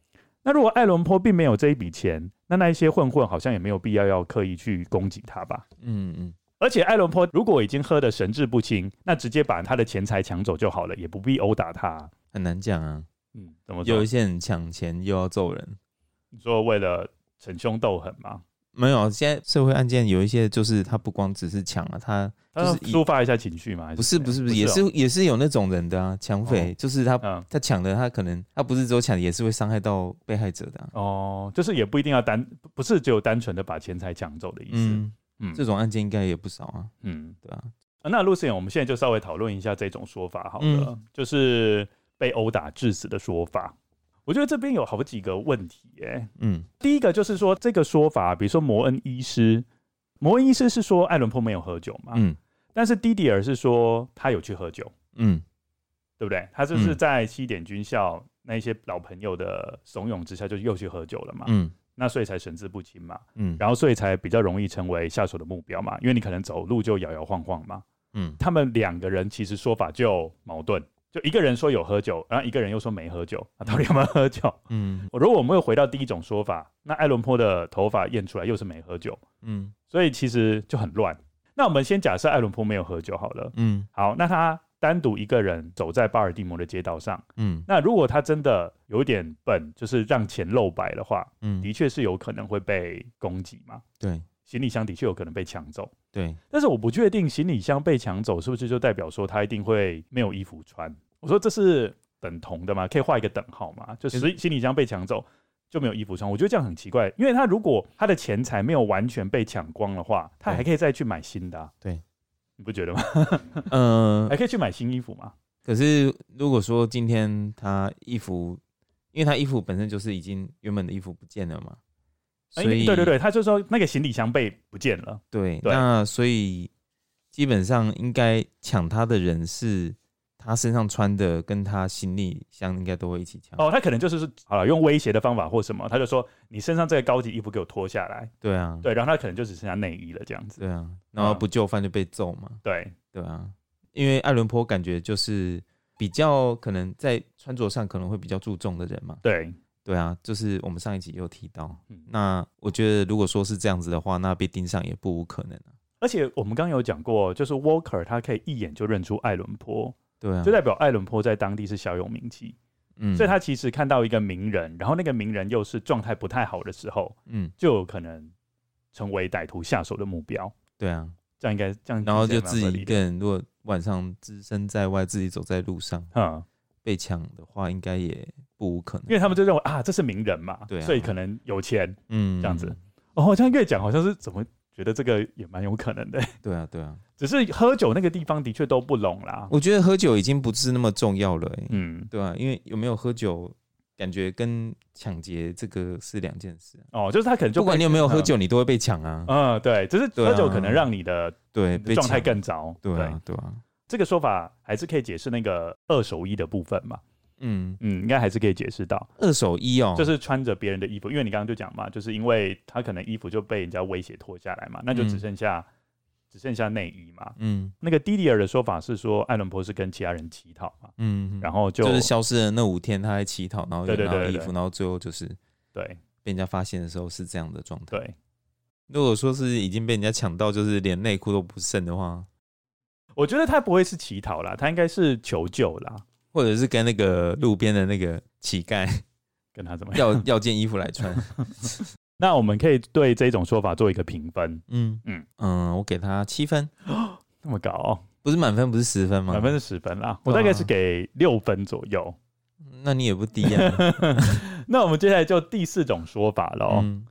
S2: 那如果艾伦坡并没有这一笔钱，那那一些混混好像也没有必要要刻意去攻击他吧。
S1: 嗯嗯，
S2: 而且艾伦坡如果已经喝得神志不清，那直接把他的钱财抢走就好了，也不必殴打他。
S1: 很难讲啊，
S2: 嗯，怎么
S1: 有
S2: 说
S1: 一？些人抢钱又要揍人。
S2: 你说为了逞凶斗狠嘛，
S1: 没有，现在社会案件有一些就是他不光只是抢了、啊他
S2: 他
S1: 就是以
S2: 抒发一下情绪嘛？还
S1: 不是
S2: 怎么
S1: 不是不
S2: 样
S1: 是，也
S2: 哦
S1: 是也是有那种人的啊，抢匪、就是他
S2: 嗯
S1: 他抢的，他可能他不是只有抢，也是会伤害到被害者的啊、
S2: 哦，就是也不一定要单，不是只有单纯的把钱财抢走的意思。嗯
S1: 嗯，这种案件应该也不少啊，
S2: 嗯
S1: 对吧、
S2: 啊那 Lucian，我们现在就稍微讨论一下这种说法好了，
S1: 嗯
S2: 就是被殴打致死的说法。我觉得这边有好几个问题、耶。
S1: 嗯
S2: 第一个就是说这个说法，比如说摩恩医师，摩恩医师是说艾伦坡没有喝酒嘛，
S1: 嗯
S2: 但是迪迪尔是说他有去喝酒，
S1: 嗯
S2: 对不对？他就是
S1: 嗯
S2: 在西点军校那一些老朋友的怂恿之下，就又去喝酒了嘛，
S1: 嗯
S2: 那所以才神志不清嘛，
S1: 嗯
S2: 啊然后所以才比较容易成为下手的目标嘛，因为你可能走路就摇摇晃晃嘛。
S1: 嗯
S2: 他们两个人其实说法就矛盾，就一个人说有喝酒，然后一个人又说没喝酒，啊，到底有没有喝酒？
S1: 嗯
S2: 如果我们又回到第一种说法，那艾伦坡的头发验出来又是没喝酒，
S1: 嗯
S2: 所以其实就很乱。那我们先假设艾伦坡没有喝酒好了。
S1: 嗯
S2: 好，那他单独一个人走在巴尔的摩的街道上，
S1: 嗯
S2: 那如果他真的有点笨，就是让钱露白的话，
S1: 嗯，
S2: 的确是有可能会被攻击嘛。
S1: 对
S2: 行李箱的确有可能被抢走，
S1: 对，
S2: 但是我不确定行李箱被抢走是不是就代表说他一定会没有衣服穿。我说这是等同的吗？可以画一个等号吗？就
S1: 其
S2: 是行李箱被抢走就没有衣服穿，我觉得这样很奇怪，因为他如果他的钱财没有完全被抢光的话，他还可以再去买新的、啊。
S1: 对，
S2: 你不觉得吗？ <laughs>
S1: 嗯、
S2: 还可以去买新衣服
S1: <laughs>
S2: 嘛？
S1: 可是如果说今天他衣服，因为他衣服本身就是已经原本的衣服不见了嘛，
S2: 哎
S1: 所以、
S2: 对对对，他就说那个行李箱被不见了。
S1: 对，
S2: 对
S1: 那所以基本上应该抢他的人是他身上穿的跟他行李箱应该都会一起抢。
S2: 哦，他可能就是说好了，用威胁的方法或什么，他就说你身上这个高级衣服给我脱下来，
S1: 对啊，
S2: 对，然后他可能就只剩下内衣了这样子，
S1: 对啊，然后不就范就被揍嘛，
S2: 对，
S1: 对啊，因为艾伦坡感觉就是比较可能在穿着上可能会比较注重的人嘛，
S2: 对，
S1: 对啊，就是我们上一集有提到，
S2: 嗯
S1: 那我觉得如果说是这样子的话，那被盯上也不无可能啊，
S2: 而且我们刚刚有讲过，就是 Walker 他可以一眼就认出艾伦坡，
S1: 对啊，
S2: 就代表艾伦坡在当地是小有名气，
S1: 嗯
S2: 嗯所以他其实看到一个名人，然后那个名人又是状态不太好的时候，
S1: 嗯，
S2: 就有可能成为歹徒下手的目标。
S1: 对啊，
S2: 这样应该嗯这样，
S1: 然后就自己一个
S2: 跟
S1: 人，如果晚上只身在外，自己走在路上
S2: 嗯，
S1: 被抢的话，应该也不无可能，
S2: 因为他们就认为啊，这是名人嘛，
S1: 对啊
S2: 所以可能有钱。
S1: 嗯
S2: 这样子，哦，好像越讲好像是怎么觉得这个也蛮有可能的， <laughs>
S1: 对啊，对啊，
S2: 只是喝酒那个地方的确都不拢啦。
S1: 我觉得喝酒已经不是那么重要了、欸，
S2: 嗯，
S1: 对啊，因为有没有喝酒，感觉跟抢劫这个是两件事啊、
S2: 哦，就是他可能就
S1: 不管你有没有喝酒，你都会被抢啊。
S2: 嗯，对，只是
S1: 对啊
S2: 喝酒可能让你的
S1: 对，被
S2: 状态
S1: 抢
S2: 更糟。
S1: 对啊，对啊，
S2: 这个说法还是可以解释那个二手衣的部分嘛。
S1: 嗯，
S2: 嗯，应该还是可以解释到，
S1: 二手衣哦，
S2: 就是穿着别人的衣服，因为你刚刚就讲嘛，就是因为他可能衣服就被人家威胁脱下来嘛，那就只剩下、只剩下内衣嘛。
S1: 嗯
S2: 那个迪迪尔的说法是说，艾伦坡是跟其他人乞讨嘛，
S1: 嗯，
S2: 然
S1: 后
S2: 后就、
S1: 就是消失的那五天，他在乞讨，然后有
S2: 对对
S1: 拿到
S2: 对
S1: 衣
S2: 对
S1: 服，然后最后就是
S2: 对
S1: 被人家发现的时候是这样的状态。
S2: 对，
S1: 如果说是已经被人家抢到，就是连内裤都不剩的话，
S2: 我觉得他不会是乞讨啦，他应该是求救啦，
S1: 或者是跟那个路边的那个乞
S2: <laughs>
S1: 丐
S2: 跟他怎么样？
S1: 要要件衣服来穿。
S2: 那我们可以对这种说法做一个评分，
S1: 嗯
S2: 嗯
S1: 嗯嗯，我给他七分，
S2: 那么高哦、
S1: 不是满分，不是十分吗？
S2: 满分是十分啦，我
S1: 对啊
S2: 大概是给六分左右。
S1: 那你也不低啊。
S2: 那我们接下来就第四种说法哦喽。
S1: 嗯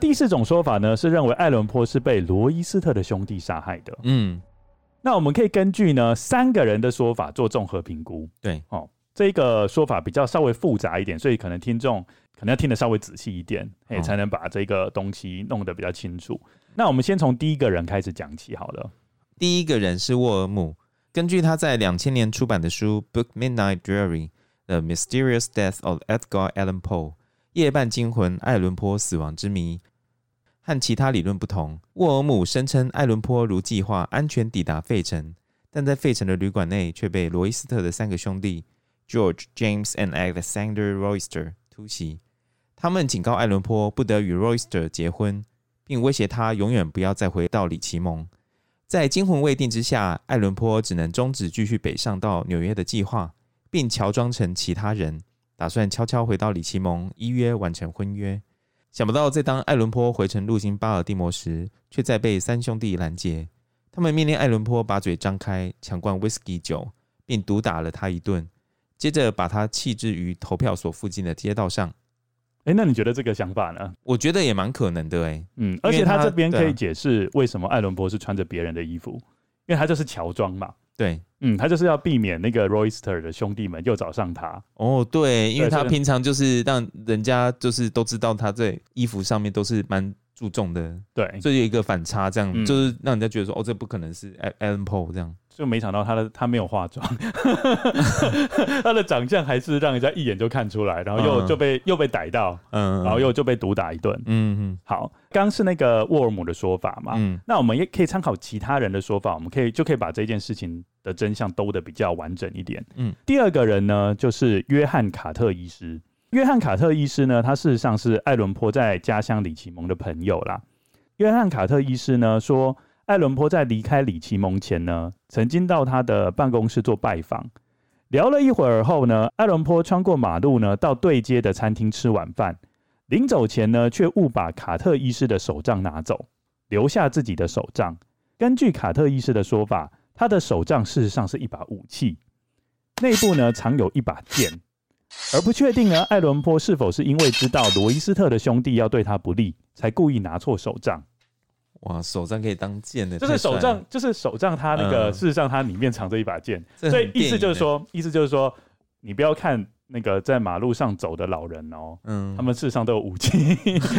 S2: 第四种说法呢是认为艾伦坡是被罗伊斯特的兄弟杀害的。
S1: 嗯
S2: 那我们可以根据呢三个人的说法做综合评估。
S1: 对，
S2: 哦，这个说法比较稍微复杂一点，所以可能听众可能要听得稍微仔细一点，嘿，
S1: 嗯
S2: 才能把这个东西弄得比较清楚。那我们先从第一个人开始讲起好了。
S1: 第一个人是沃尔姆，根据他在两千年出版的书《Book Midnight Dreary: The Mysterious Death of Edgar Allan Poe》（夜半惊魂：爱伦坡死亡之谜）和其他理论不同，沃尔姆声称爱伦坡如计划安全抵达费城，但在费城的旅馆内却被罗伊斯特的三个兄弟 George、James and Alexander Royster 突袭。他们警告爱伦坡不得与 Royster 结婚，并威胁他永远不要再回到里奇蒙。在惊魂未定之下，艾伦坡只能终止继续北上到纽约的计划，并乔装成其他人，打算悄悄回到里奇蒙依约完成婚约。想不到，在当艾伦坡回程路经巴尔的摩时，却在被三兄弟拦截。他们命令艾伦坡把嘴张开，强灌威士忌酒，并毒打了他一顿，接着把他弃置于投票所附近的街道上。
S2: 哎，那你觉得这个想法呢？
S1: 我觉得也蛮可能的哎、
S2: 嗯，
S1: 因
S2: 而
S1: 为
S2: 且他
S1: 他
S2: 这边
S1: 对啊
S2: 可以解释为什么艾伦博士穿着别人的衣服，因为他就是乔装嘛。
S1: 对，
S2: 嗯，他就是要避免那个 Royster 的兄弟们又找上他。
S1: 哦对，因为
S2: 对
S1: 他
S2: 这个
S1: 平常就是让人家就是都知道他在衣服上面都是蛮注重的，
S2: 对，
S1: 所以有一个反差，这样、
S2: 哎嗯
S1: 就是让人家觉得说哦，这不可能是 Al- Alan Paul 这样。
S2: 就没想到他的他没有化妆， <laughs> 他的长相还是让人家一眼就看出来，然后又
S1: 嗯
S2: 就被又被逮到，
S1: 嗯，
S2: 然后又就被毒打一顿。
S1: 嗯嗯
S2: 好，刚是那个沃尔姆的说法嘛，
S1: 嗯
S2: 那我们也可以参考其他人的说法，我们可以就可以把这件事情的真相兜得比较完整一点。
S1: 嗯，
S2: 第二个人呢，就是约翰卡特医师。约翰卡特医师呢，他事实上是艾伦坡在家乡里奇蒙的朋友啦。约翰卡特医师呢说，艾伦坡在离开里奇蒙前呢，曾经到他的办公室做拜访。聊了一会儿后呢，艾伦坡穿过马路呢，到对街的餐厅吃晚饭。临走前呢，却误把卡特医师的手杖拿走。留下自己的手杖。根据卡特医师的说法，他的手杖事实上是一把武器，内部呢藏有一把剑。而不确定呢，艾伦坡是否是因为知道罗伊斯特的兄弟要对他不利，才故意拿错手杖？
S1: 哇，手杖可以当剑的，
S2: 就是
S1: 太帅
S2: 手
S1: 了
S2: 杖，，就是手杖，它那个、
S1: 嗯
S2: 事实上它里面藏着一把剑，
S1: 这
S2: 所
S1: 很
S2: 以意
S1: 电影
S2: 思就是
S1: 欸，
S2: 说，意思就是说，你不要看那个在马路上走的老人哦，
S1: 嗯，
S2: 他们事实上都有武器， <laughs>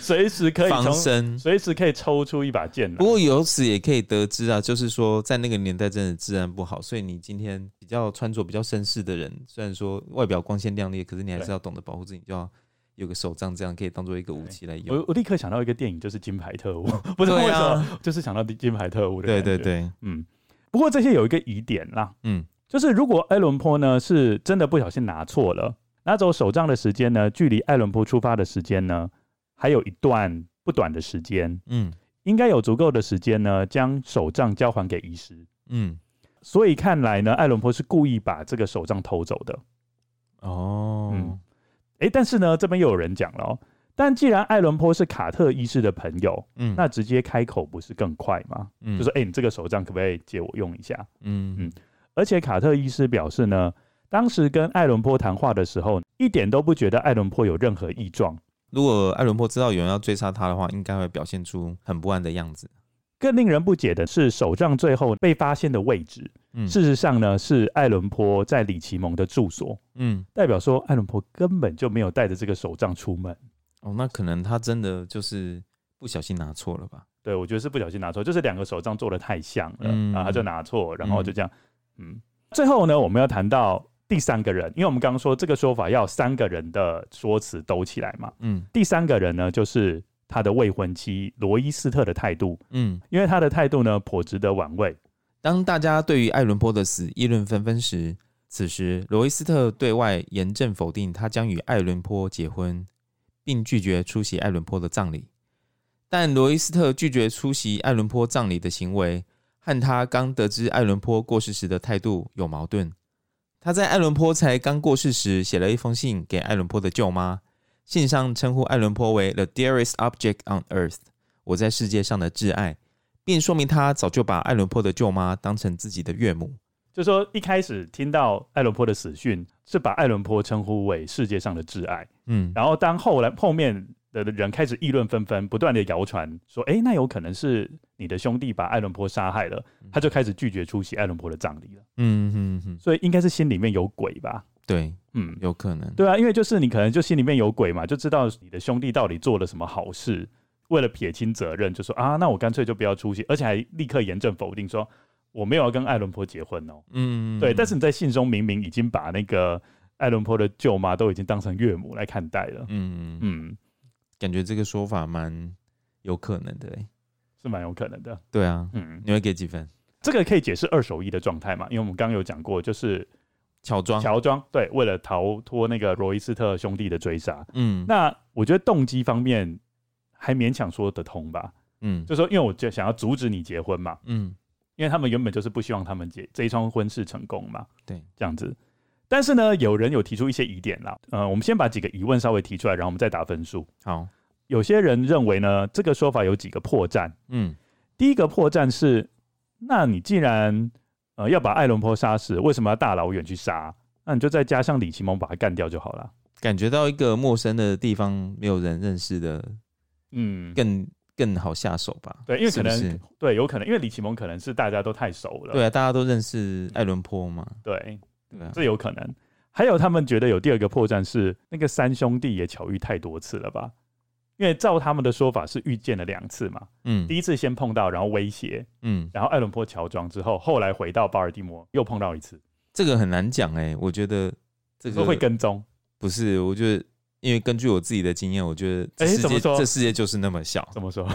S2: 随时可以
S1: 防
S2: 从
S1: 身。
S2: 随时可以抽出一把剑来。
S1: 不过由此也可以得知啊，就是说在那个年代真的治安不好，所以你今天比较穿着比较绅士的人，虽然说外表光鲜亮丽，可是你还是
S2: 对
S1: 要懂得保护自己，就要有个手杖，这样可以当做一个武器来用
S2: 我。我立刻想到一个电影，就是《金牌特务》， <laughs> 不是为
S1: 对
S2: 什么，
S1: 啊，
S2: 就是想到《金牌特务》的。
S1: 对对，对，
S2: 嗯。不过这些有一个疑点啦，
S1: 嗯
S2: 就是如果艾伦坡呢是真的不小心拿错了，拿走手杖的时间呢，距离艾伦坡出发的时间呢，还有一段不短的时间，
S1: 嗯
S2: 应该有足够的时间呢，将手杖交还给医师。
S1: 嗯，
S2: 所以看来呢，艾伦坡是故意把这个手杖偷走的。
S1: 哦
S2: 嗯，诶，但是呢，这边又有人讲了、哦，但既然艾伦坡是卡特医师的朋友，
S1: 嗯，
S2: 那直接开口不是更快吗？
S1: 嗯
S2: 就说：“哎、你这个手杖可不可以借我用一下
S1: 嗯
S2: 嗯而且卡特医师表示呢，当时跟艾伦坡谈话的时候，一点都不觉得艾伦坡有任何异状，
S1: 如果艾伦坡知道有人要追杀他的话，应该会表现出很不安的样子。
S2: 更令人不解的是，手杖最后被发现的位置，
S1: 嗯，
S2: 事实上呢是艾伦坡在里奇蒙的住所，
S1: 嗯，
S2: 代表说艾伦坡根本就没有带着这个手杖出门。
S1: 哦，那可能他真的就是不小心拿错了吧？
S2: 对我觉得是不小心拿错，就是两个手杖做的太像了，啊
S1: 嗯
S2: 然后他就拿错，然后就这样，嗯。最后呢，我们要谈到第三个人，因为我们刚刚说这个说法要三个人的说辞兜起来嘛。
S1: 嗯
S2: 第三个人呢，就是他的未婚妻罗伊斯特的态度，
S1: 嗯，
S2: 因为他的态度呢颇值得玩味。
S1: 当大家对于艾伦坡的死议论纷纷时，此时罗伊斯特对外严正否定他将与艾伦坡结婚，并拒绝出席艾伦坡的葬礼。但罗伊斯特拒绝出席艾伦坡葬礼的行为，和他刚得知艾伦坡过世时的态度有矛盾。他在艾伦坡才刚过世时，写了一封信给艾伦坡的舅妈，信上称呼艾伦坡为 “the dearest object on earth”，我在世界上的挚爱。并说明他早就把艾伦坡的舅妈当成自己的岳母。
S2: 就说一开始听到艾伦坡的死讯，是把艾伦坡称呼为世界上的挚爱，
S1: 嗯
S2: 然后当后来后面的人开始议论纷纷，不断的谣传说，哎、那有可能是你的兄弟把艾伦坡杀害了，他就开始拒绝出席艾伦坡的葬礼了。
S1: 嗯嗯嗯，
S2: 所以应该是心里面有鬼吧？
S1: 对，
S2: 嗯，
S1: 有可能。
S2: 对啊，因为就是你可能就心里面有鬼嘛，就知道你的兄弟到底做了什么好事，为了撇清责任，就说啊，那我干脆就不要出席，而且还立刻严正否定说我没有要跟艾伦坡结婚哦。
S1: 嗯，
S2: 对，但是你在信中明明已经把那个艾伦坡的舅妈都已经当成岳母来看待了，
S1: 嗯，嗯
S2: 嗯，
S1: 感觉这个说法蛮有可能的、欸。
S2: 是蛮有可能的，
S1: 对啊，
S2: 嗯，
S1: 你会给几分？
S2: 这个可以解释二手衣的状态嘛，因为我们刚刚有讲过，就是
S1: 乔装。
S2: 乔装对，为了逃脱那个罗伊斯特兄弟的追杀，
S1: 嗯，
S2: 那我觉得动机方面还勉强说得通吧，
S1: 嗯
S2: 就说因为我就想要阻止你结婚嘛，
S1: 嗯
S2: 因为他们原本就是不希望他们结这一桩婚事成功嘛，
S1: 对，
S2: 这样子。但是呢，有人有提出一些疑点啦，呃，我们先把几个疑问稍微提出来，然后我们再打分数。
S1: 好，
S2: 有些人认为呢，这个说法有几个破绽。
S1: 嗯
S2: 第一个破绽是，那你既然呃要把艾伦坡杀死，为什么要大老远去杀？那你就在家乡里奇蒙把他干掉就好了。
S1: 感觉到一个陌生的地方，没有人认识的，
S2: 嗯，
S1: 更更好下手吧？
S2: 对因为可能
S1: 是不是
S2: 对，有可能因为李启蒙可能是大家都太熟了，
S1: 对啊，大家都认识艾伦坡嘛，
S2: 对，
S1: 对啊，
S2: 这有可能。还有他们觉得有第二个破绽是那个三兄弟也巧遇太多次了吧？因为照他们的说法是遇见了两次嘛，
S1: 嗯
S2: 第一次先碰到，然后威胁，
S1: 嗯，
S2: 然后艾伦坡乔装之后，后来回到巴尔的摩又碰到一次，
S1: 这个很难讲哎、我觉得这
S2: 说
S1: 个
S2: 会跟踪，
S1: 不是，我觉得因为根据我自己的经验，我觉得这
S2: 哎
S1: 世
S2: 怎
S1: 界
S2: 么说
S1: 这世界就是那么小，
S2: 怎么说？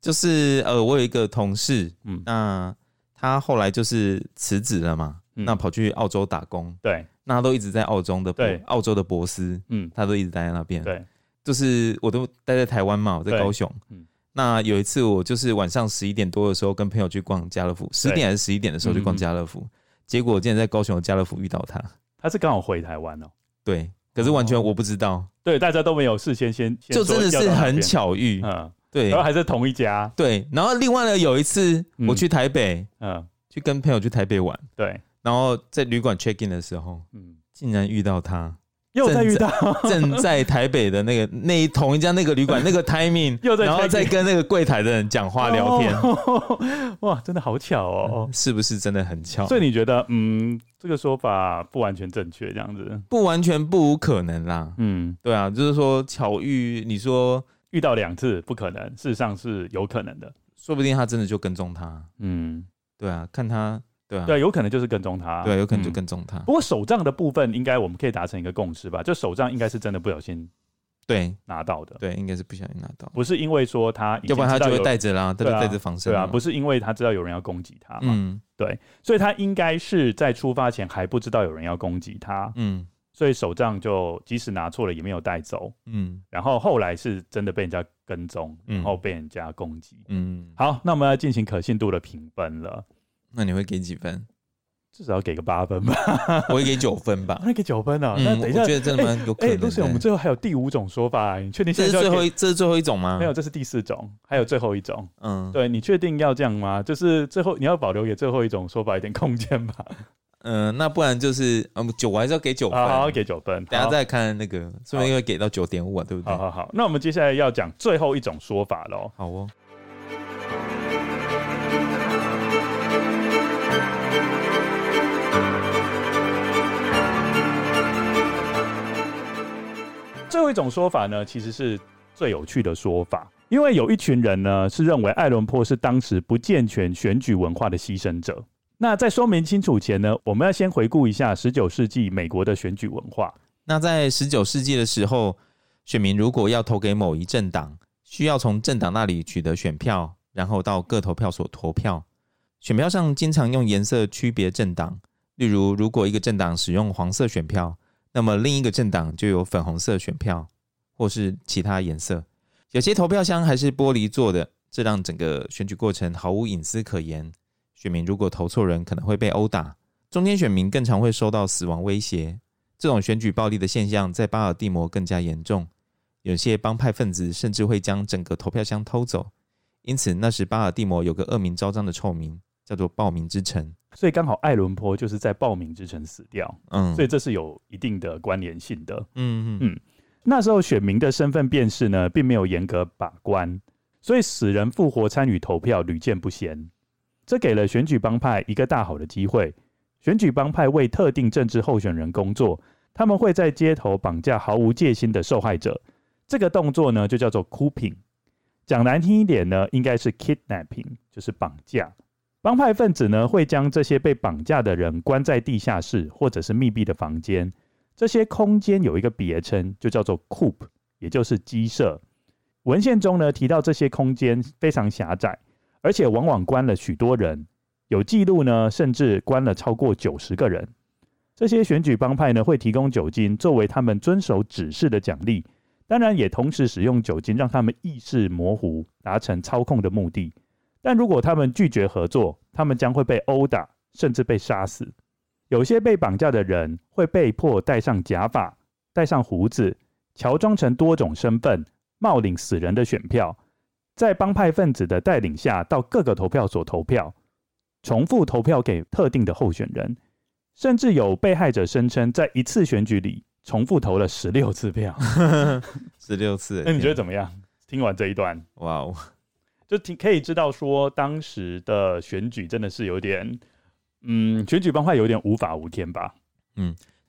S1: 就是呃，我有一个同事，
S2: 嗯，
S1: 那他后来就是辞职了嘛，
S2: 嗯
S1: 那跑去澳洲打工，
S2: 对，
S1: 那他都一直在澳洲的博
S2: 对
S1: 澳洲的博斯，
S2: 嗯，
S1: 他都一直待在那边。
S2: 对，
S1: 就是我都待在台湾嘛，我在
S2: 对
S1: 高雄。
S2: 嗯
S1: 那有一次我就是晚上十一点多的时候跟朋友去逛家乐福，十点还是十一点的时候
S2: 嗯
S1: 去逛家乐福，结果我竟然在高雄的家乐福遇到他。
S2: 他是刚好回台湾哦，
S1: 对，可是完全
S2: 哦
S1: 我不知道，
S2: 对，大家都没有事先先，先
S1: 就真的
S2: 说
S1: 是
S2: 要到哪
S1: 很
S2: 边，
S1: 巧遇。
S2: 嗯，
S1: 对
S2: 然后还是同一家，
S1: 对，然后另外呢，有一次
S2: 嗯
S1: 我去台北，
S2: 嗯，
S1: 去跟朋友去台北玩，
S2: 对，
S1: 然后在旅馆 check in 的时候，
S2: 嗯，
S1: 竟然遇到
S2: <laughs>
S1: 他，
S2: 又再遇到，
S1: 正在台北的那个那一同一家那个旅
S2: <laughs>
S1: 馆那个 timing，
S2: 又在
S1: 然后
S2: check in
S1: 再跟那个柜台的人讲话聊天，
S2: 哦 <laughs> 哇，真的好巧哦。
S1: 是不是真的很巧？
S2: 所以你觉得，嗯，这个说法不完全正确，这样子，
S1: 不完全不无可能啦。
S2: 嗯，
S1: 对啊，就是说巧遇，你说
S2: 遇到两次不可能，事实上是有可能的，
S1: 说不定他真的就跟踪他。
S2: 嗯，
S1: 对啊，看他，对啊，
S2: 对，有可能就是跟踪他，
S1: 对啊，有可能就
S2: 嗯
S1: 跟踪他。
S2: 不过手账的部分，应该我们可以达成一个共识吧？就手账应该是真的不小心
S1: 对
S2: 拿到的，
S1: 对，应该是不小心拿到，
S2: 不是因为说他已经
S1: 要不然他
S2: 知道
S1: 就会
S2: 有
S1: 带着啦，他就
S2: 对啊
S1: 带着防身
S2: 对
S1: 了
S2: 啊，
S1: 嘛。
S2: 不啊是因为他知道有人要攻击他嘛，
S1: 嗯
S2: 所以他应该是在出发前还不知道有人要攻击他，
S1: 嗯
S2: 所以手账就即使拿错了也没有带走，
S1: 嗯
S2: 然后后来是真的被人家跟踪，
S1: 嗯
S2: 然后被人家攻击。
S1: 嗯，
S2: 好，那我们要进行可信度的评分了，
S1: 那你会给几分？
S2: <laughs> 至少给个八分吧，
S1: 我会给九分吧
S2: 啊 <laughs> 。那给九分啊，那
S1: 嗯，我
S2: 等一下
S1: 觉。得真的蛮有可
S2: 哎，
S1: 能
S2: 陆
S1: 的。
S2: 水，我们最后还有第五种说法、你确定
S1: 这是
S2: 现在就要
S1: 最后
S2: 给
S1: 一，这是最后一种吗？
S2: 没有，，这是第四种，还有最后一种。
S1: 嗯，
S2: 对你确定要这样吗？就是最后你要保留给最后一种说法一点空间吧。
S1: 嗯，那不然就是，嗯，九我还是要给九分。
S2: 好好，给九分。
S1: 等下
S2: 好
S1: 再看那个，说不定会给到九点五啊，对不对
S2: 好？好好，那我们接下来要讲最后一种说法喽。
S1: 好哦，
S2: 最后一种说法呢，其实是最有趣的说法，因为有一群人呢是认为艾伦坡是当时不健全选举文化的牺牲者。那在说明清楚前呢，我们要先回顾一下十九世纪美国的选举文化。
S1: 那在十九世纪的时候，选民如果要投给某一政党，需要从政党那里取得选票，然后到各投票所投票。选票上经常用颜色区别政党，例如，如果一个政党使用黄色选票，那么另一个政党就有粉红色选票，或是其他颜色。有些投票箱还是玻璃做的，这让整个选举过程毫无隐私可言。选民如果投错人，可能会被殴打。中间选民更常会受到死亡威胁，这种选举暴力的现象在巴尔的摩更加严重，有些帮派分子甚至会将整个投票箱偷走。因此，那时巴尔的摩有个恶名昭彰的臭名，叫做“暴民之城
S2: 所以刚好艾伦坡就是在暴民之城死掉，”。
S1: 嗯，
S2: 所以这是有一定的关联性的。
S1: 嗯嗯
S2: 嗯那时候选民的身份辨识呢，并没有严格把关，所以死人复活参与投票屡见不鲜。这给了选举帮派一个大好的机会。选举帮派为特定政治候选人工作，他们会在街头绑架毫无戒心的受害者。这个动作呢，就叫做 cooping。讲难听一点呢，应该是 kidnapping，就是绑架。帮派分子呢，会将这些被绑架的人关在地下室或者是密闭的房间，这些空间有一个别称，就叫做 coop，也就是鸡舍。文献中呢提到这些空间非常狭窄，而且往往关了许多人，有记录呢甚至关了超过九十个人。这些选举帮派呢会提供酒精作为他们遵守指示的奖励，当然也同时使用酒精让他们意识模糊，达成操控的目的。但如果他们拒绝合作，他们将会被殴打，甚至被杀死。有些被绑架的人会被迫戴上假发、戴上胡子，乔装成多种身份，冒领死人的选票，在帮派分子的带领下，到各个投票所投票，重复投票给特定的候选人。甚至有被害者声称，在一次选举里重复投了十六次票。
S1: 十六次的
S2: 那
S1: 天，
S2: 你觉得怎么样？听完这一段，
S1: 哇哦，
S2: 就挺可以知道说，当时的选举真的是有点，嗯，选举帮派有点无法无天吧。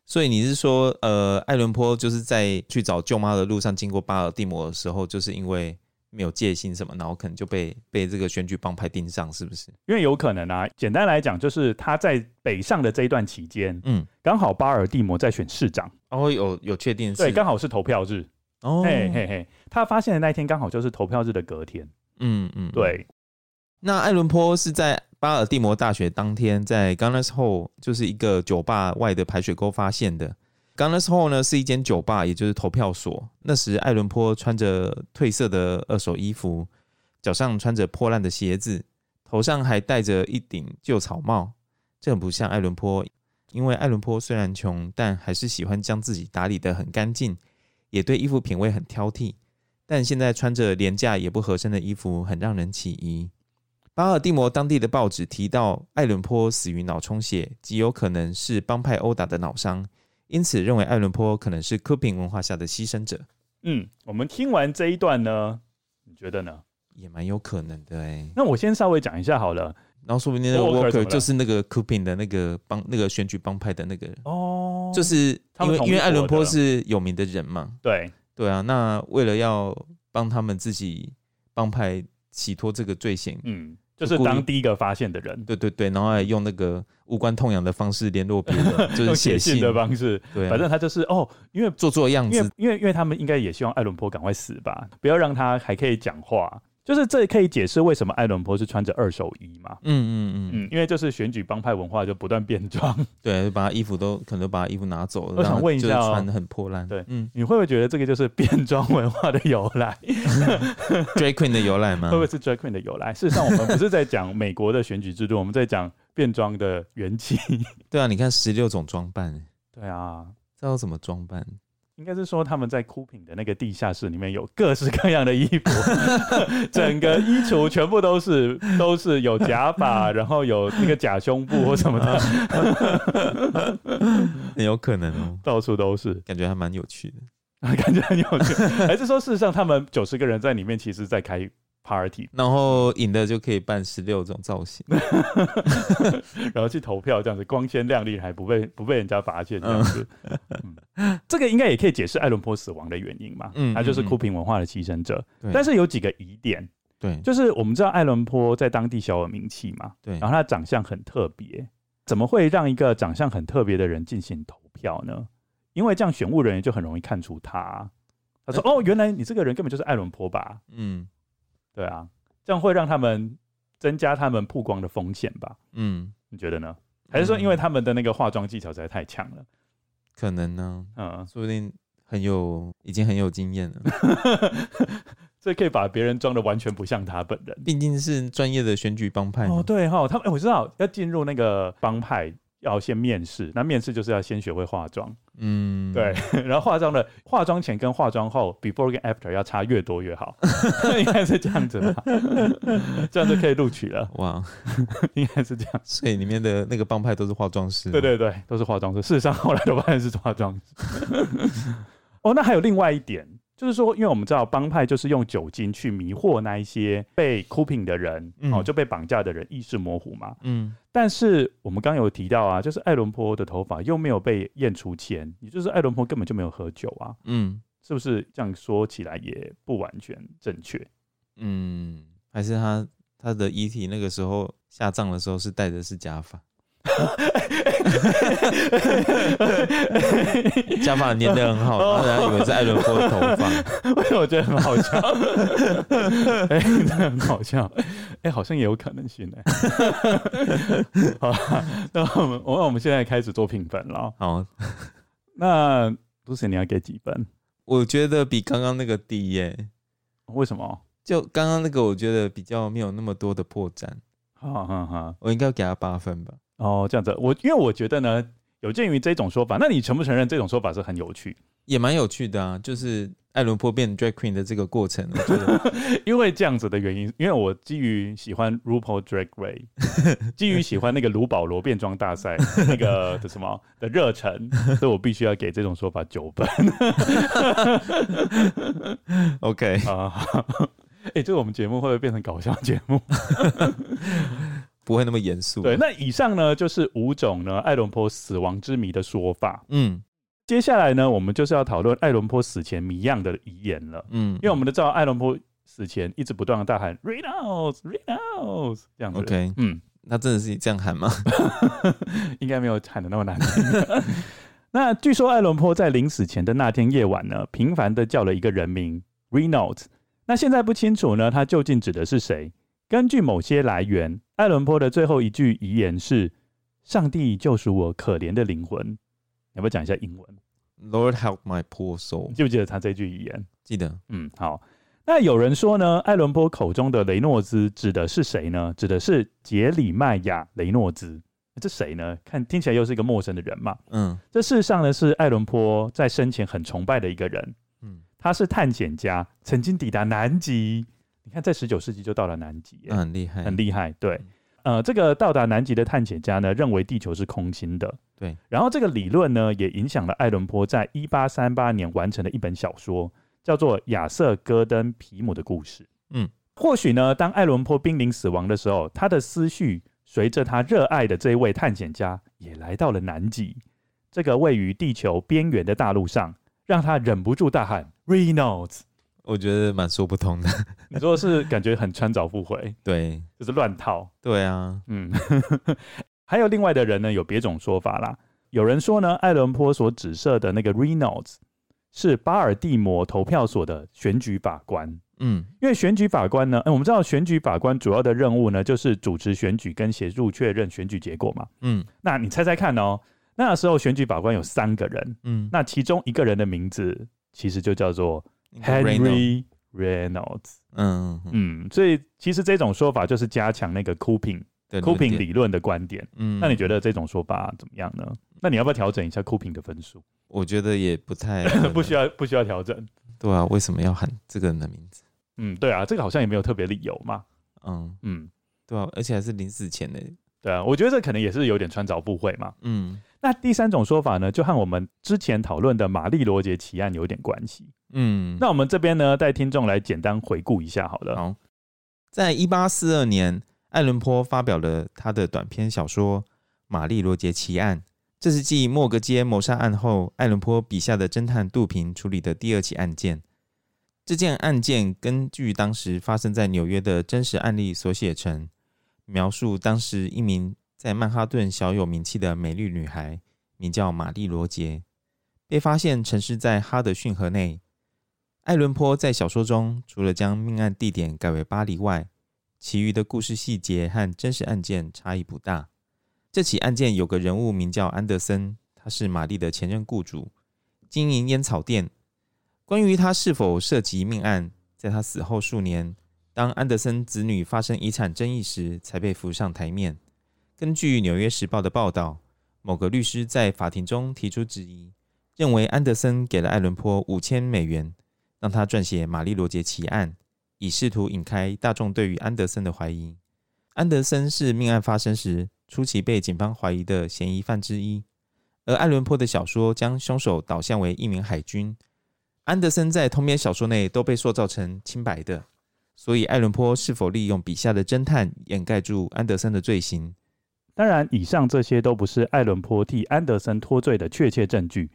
S1: 所以你是说，呃，艾伦坡就是在去找舅妈的路上经过巴尔的摩的时候，就是因为没有戒心什么，然后可能就被被这个选举帮派盯上，是不是？
S2: 因为有可能啊，简单来讲，就是他在北上的这一段期间，
S1: 嗯，
S2: 刚好巴尔的摩在选市长，
S1: 然、后有有确定是
S2: 对，刚好是投票日，
S1: 哦，
S2: 嘿嘿嘿，他发现的那一天刚好就是投票日的隔天，
S1: 嗯嗯，。
S2: 对，
S1: 那艾伦坡是在巴尔的摩大学当天在 Gunners Hall 就是一个酒吧外的排水沟发现的。Gunners Hall 呢是一间酒吧，也就是投票所。那时艾伦坡穿着褪色的二手衣服，脚上穿着破烂的鞋子，头上还戴着一顶旧草帽。这很不像艾伦坡，因为艾伦坡虽然穷，但还是喜欢将自己打理得很干净，也对衣服品味很挑剔。但现在穿着廉价也不合身的衣服，很让人起疑。巴尔的摩当地的报纸提到，艾伦坡死于脑充血，极有可能是帮派殴打的脑伤，因此认为艾伦坡可能是 Cooping 文化下的牺牲者，
S2: 嗯，我们听完这一段呢，你觉得呢？
S1: 也蛮有可能的哎、
S2: 那我先稍微讲一下好了。
S1: 然后说不定那个
S2: Walker 怎
S1: Walker
S2: 么了
S1: 就是那个 Cooping 的那个帮那个选举帮派的那个人，
S2: 哦
S1: 就是
S2: 他
S1: 因
S2: 们
S1: 为
S2: 同一
S1: 因为
S2: 国
S1: 艾伦坡
S2: 的
S1: 是有名的人嘛，
S2: 对，
S1: 对啊，那为了要帮他们自己帮派洗脱这个罪行，
S2: 嗯，就是当第一个发现的人，
S1: 对对对，然后还用那个无关痛痒的方式联络
S2: <laughs>
S1: 别人，就是
S2: 用
S1: 写
S2: 写
S1: 信
S2: 信的方式，
S1: 对啊、
S2: 反正他就是哦，因为
S1: 做做样
S2: 因
S1: 子
S2: 为，因为因为他们应该也希望艾伦坡赶快死吧，不要让他还可以讲话。就是这可以解释为什么艾伦坡是穿着二手衣嘛，
S1: 嗯嗯嗯，
S2: 嗯，因为就是选举帮派文化就不断变装。 <laughs>
S1: 对，就把他衣服都可能都把他衣服拿走了，
S2: 我想
S1: 然后
S2: 问一
S1: 就是
S2: 下哦
S1: 穿的很破烂。
S2: 对
S1: 嗯
S2: 你会不会觉得这个就是变装文化的由来？
S1: ，Drag Queen 的由来吗
S2: 会不？会是 drag queen 的由来？事实上，我们不是在讲美国的选举制度，我们在讲变装的缘起。 <laughs>
S1: 对啊，你看十六种装扮，
S2: 对啊，
S1: 知道怎么装
S2: <laughs>
S1: 扮？
S2: 应该是说他们在 c o o p i n 的那个地下室里面有各式各样的衣服， <laughs> 整个衣橱全部都是都是有假发，然后有那个假胸部或什么的，
S1: 很有可能哦，
S2: <laughs> 到处都是， <laughs>
S1: 感觉还蛮有趣的。
S2: 感觉很有趣。还是说，事实上他们九十个人在里面，其实在开 party，
S1: 然后赢的就可以办十六种造
S2: <laughs>
S1: 型。
S2: 然后去投票，这样子光鲜亮丽，还不被不被人家发现，这样子。嗯这个应该也可以解释艾伦坡死亡的原因嘛？
S1: 嗯
S2: 他就是
S1: 嗯嗯
S2: 酷评文化的牺牲者。
S1: 对
S2: 但是有几个疑点，
S1: 对
S2: 就是我们知道艾伦坡在当地小有名气嘛，
S1: 对
S2: 然后他长相很特别，怎么会让一个长相很特别的人进行投票呢？因为这样选务人员就很容易看出他、
S1: 哎
S2: 他说：“哦，原来你这个人根本就是艾伦坡吧
S1: 嗯？”
S2: 对啊，这样会让他们增加他们曝光的风险吧？
S1: 嗯，
S2: 你觉得呢？还是说因为
S1: 嗯
S2: 他们的那个化妆技巧实在太强了？
S1: 可能呢，
S2: 嗯，
S1: 说不定很有，已经很有经验了，
S2: <laughs> 所以可以把别人装的完全不像他本人。
S1: 毕竟是专业的选举帮派嘛。
S2: 哦，对哈、他们、哎我知道要进入那个帮派要先面试，那面试就是要先学会化妆，
S1: 嗯，
S2: 对，， <laughs> 然后化妆的化妆前跟化妆后，before 跟 after 要差越多越好，应该是这样子吧， <laughs> 这样就可以录取了，
S1: 哇，
S2: 应该是这样。
S1: 所以里面的那个帮派都是化妆师。
S2: 对，对对，都是化妆师。事实上，后来都发现是化妆师。哦，那还有另外一点，就是说，因为我们知道帮派就是用酒精去迷惑那一些被 cooping 的人，
S1: 嗯
S2: 哦，就被绑架的人意识模糊嘛。
S1: 嗯，
S2: 但是我们刚刚有提到啊，就是艾伦坡的头发又没有被验出铅，也就是艾伦坡根本就没有喝酒啊，
S1: 嗯
S2: 是不是？这样说起来也不完全正确。
S1: 嗯，还是他他的遗体那个时候下葬的时候是戴的是假
S2: <laughs>
S1: 发，假发粘的很好，
S2: 哦
S1: 然后人家以为是艾伦坡的头
S2: <laughs>
S1: 发。
S2: 为什么我觉得很好笑？哎、真的很好笑。哎、好像也有可能性哎、 <laughs> 好啦，那我们我那我们现在开始做评分了。
S1: 好，
S2: 那不是你要给几分？
S1: 我觉得比刚刚那个低耶、
S2: 为什么？
S1: 就刚刚那个我觉得比较没有那么多的破绽，
S2: 哈哈哈。
S1: 我应该给他八分吧。
S2: 哦，这样子，我因为我觉得呢，有鉴于这种说法，那你承不承认这种说法是很有趣？
S1: 也蛮有趣的啊，就是艾伦坡变 drag queen 的这个过程，我觉得
S2: 因为这样子的原因，因为我基于喜欢 RuPaul Drag Race，基 <laughs> 于喜欢那个卢保罗变装大赛那个的什么的热忱，所以我必须要给这种说法九分
S1: OK。
S2: <laughs> 啊。哎、这个我们节目会不会变成搞笑节目？
S1: 不会那么严肃。啊
S2: 对，，那以上呢就是五种呢爱伦坡死亡之谜的说法。
S1: 嗯
S2: 接下来呢，我们就是要讨论爱伦坡死前谜样的遗言了，
S1: 嗯，
S2: 因为我们都知道爱伦坡死前一直不断的大喊 “read out, read out” 这样子。
S1: OK，
S2: 嗯，
S1: 他真的是这样喊吗？
S2: 应该没有喊的那么难听。 <laughs> 那据说爱伦坡在临死前的那天夜晚呢，频繁的叫了一个人名 Renault。那现在不清楚呢，他究竟指的是谁？根据某些来源，爱伦坡的最后一句遗言是：“上帝救赎我可怜的灵魂。”你要不要讲一下英文？
S1: Lord help my poor
S2: 你
S1: soul，
S2: 记不记得他这句遗言？
S1: 记得
S2: 嗯，好。那有人说呢，爱伦坡口中的雷诺兹指的是谁呢？指的是杰里迈亚·雷诺兹。这谁呢？看听起来又是一个陌生的人嘛。
S1: 嗯
S2: 这事实上呢是爱伦坡在生前很崇拜的一个人，
S1: 嗯
S2: 他是探险家，曾经抵达南极。你看，在十九世纪就到了南极耶、
S1: 那很厉害，
S2: 很厉害。对
S1: 嗯，
S2: 呃，这个到达南极的探险家呢，认为地球是空心的。
S1: 对，
S2: 然后这个理论呢，也影响了爱伦坡在一八三八年完成的一本小说，叫做《亚瑟·戈登·皮姆的故事》。
S1: 嗯，
S2: 或许呢，当爱伦坡濒临死亡的时候，他的思绪随着他热爱的这一位探险家，也来到了南极这个位于地球边缘的大陆上，让他忍不住大喊 “Reynolds”。
S1: 我觉得蛮说不通
S2: <laughs>
S1: 的。
S2: 你说是感觉很穿凿附会，
S1: 对
S2: 就是乱套。
S1: 对啊，
S2: 嗯， <laughs> 还有另外的人呢，有别种说法啦。有人说呢，爱伦坡所指涉的那个 Reynolds 是巴尔的摩投票所的选举法官，
S1: 嗯
S2: 因为选举法官呢，嗯，我们知道选举法官主要的任务呢，就是主持选举跟协助确认选举结果嘛。
S1: 嗯
S2: 那你猜猜看哦，那时候选举法官有三个人，
S1: 嗯
S2: 那其中一个人的名字其实就叫做
S1: 那个 Reynolds，
S2: Henry Reynolds。
S1: 嗯嗯，
S2: 嗯，所以其实这种说法就是加强那个 Cooping
S1: 对
S2: Cooping，理论的观点。
S1: 嗯
S2: 那你觉得这种说法怎么样呢？那你要不要调整一下 Cooping 的分数？
S1: 我觉得也不太
S2: <laughs> 不需
S1: 要。
S2: 要，不需要调整。
S1: 对啊，为什么要喊这个人的名字？
S2: 嗯，对啊，这个好像也没有特别理由嘛。
S1: 嗯，
S2: 嗯，
S1: 对啊，而且还是临死前的。
S2: 对啊，我觉得这可能也是有点穿凿附会嘛。
S1: 嗯
S2: 那第三种说法呢，就和我们之前讨论的玛丽罗杰奇案有点关系。
S1: 嗯，
S2: 那我们这边呢，带听众来简单回顾一下好了。
S1: 好，在一八四二年，爱伦坡发表了他的短篇小说《玛丽罗杰奇案》，这是继莫格街谋杀案后，爱伦坡笔下的侦探杜平处理的第二起案件。这件案件根据当时发生在纽约的真实案例所写成，描述当时一名在曼哈顿小有名气的美丽女孩，名叫玛丽罗杰，被发现沉尸在哈德逊河内。艾伦坡在小说中除了将命案地点改为巴黎外，其余的故事细节和真实案件差异不大。这起案件有个人物名叫安德森，他是玛丽的前任雇主，经营烟草店。关于他是否涉及命案，在他死后数年，当安德森子女发生遗产争议时，才被浮上台面。根据《纽约时报》的报道，某个律师在法庭中提出质疑，认为安德森给了艾伦坡五千美元，让他撰写《玛丽罗杰奇案》，以试图引开大众对于安德森的怀疑。安德森是命案发生时初期被警方怀疑的嫌疑犯之一，而艾伦坡的小说将凶手导向为一名海军。安德森在通篇小说内都被塑造成清白的，所以艾伦坡是否利用笔下的侦探掩盖住安德森的罪行？
S2: 当然，以上这些都不是艾伦坡替安德森脱罪的确切证据，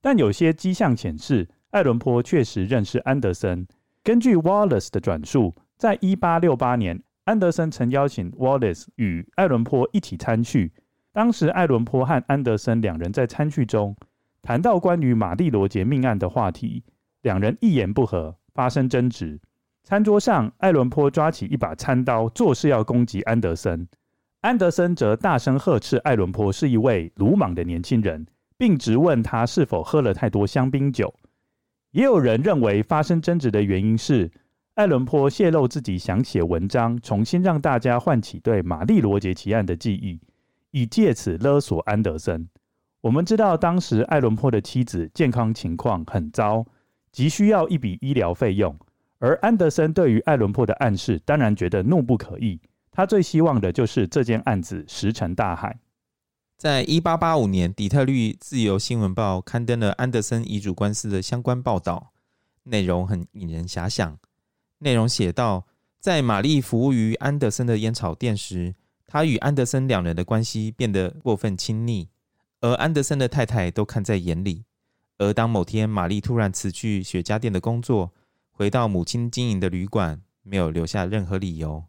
S2: 但有些迹象显示，艾伦坡确实认识安德森。根据 Wallace 的转述，在一八六八年，安德森曾邀请 Wallace 与艾伦坡一起参叙。当时，艾伦坡和安德森两人在参叙中谈到关于玛丽罗杰命案的话题，两人一言不合发生争执。餐桌上，艾伦坡抓起一把餐刀，作势要攻击安德森。安德森则大声呵斥艾伦坡是一位鲁莽的年轻人，并质问他是否喝了太多香槟酒。也有人认为发生争执的原因是艾伦坡泄露自己想写文章，重新让大家唤起对玛丽罗杰奇案的记忆，以借此勒索安德森。我们知道当时艾伦坡的妻子健康情况很糟，急需要一笔医疗费用。而安德森对于艾伦坡的暗示，当然觉得怒不可遏。他最希望的就是这件案子石沉大海。
S1: 在一八八五年，底特律自由新闻报刊登了安德森遗嘱官司的相关报道，内容很引人遐想。内容写道，在玛丽服务于安德森的烟草店时，她与安德森两人的关系变得过分亲密，而安德森的太太都看在眼里。而当某天玛丽突然辞去雪茄店的工作，回到母亲经营的旅馆，没有留下任何理由。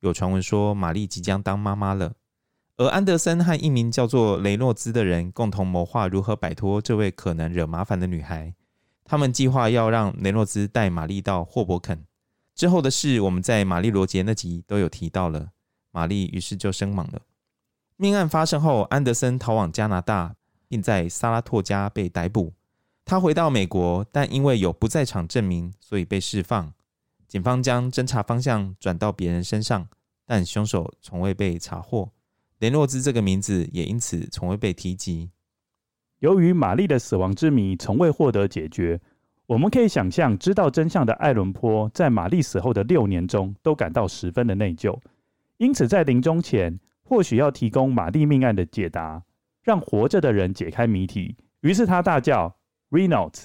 S1: 有传闻说玛丽即将当妈妈了，而安德森和一名叫做雷诺兹的人共同谋划如何摆脱这位可能惹麻烦的女孩。他们计划要让雷诺兹带玛丽到霍伯肯。之后的事，我们在玛丽罗杰那集都有提到了。玛丽于是就身亡了。命案发生后，安德森逃往加拿大，并在萨拉托加被逮捕。他回到美国，但因为有不在场证明，所以被释放。警方将侦查方向转到别人身上，但凶手从未被查获。雷诺兹这个名字也因此从未被提及。
S2: 由于玛丽的死亡之谜从未获得解决，我们可以想象，知道真相的艾伦坡在玛丽死后的六年中都感到十分的内疚，因此在临终前，或许要提供玛丽命案的解答，让活着的人解开谜题。于是他大叫 “Reynolds”。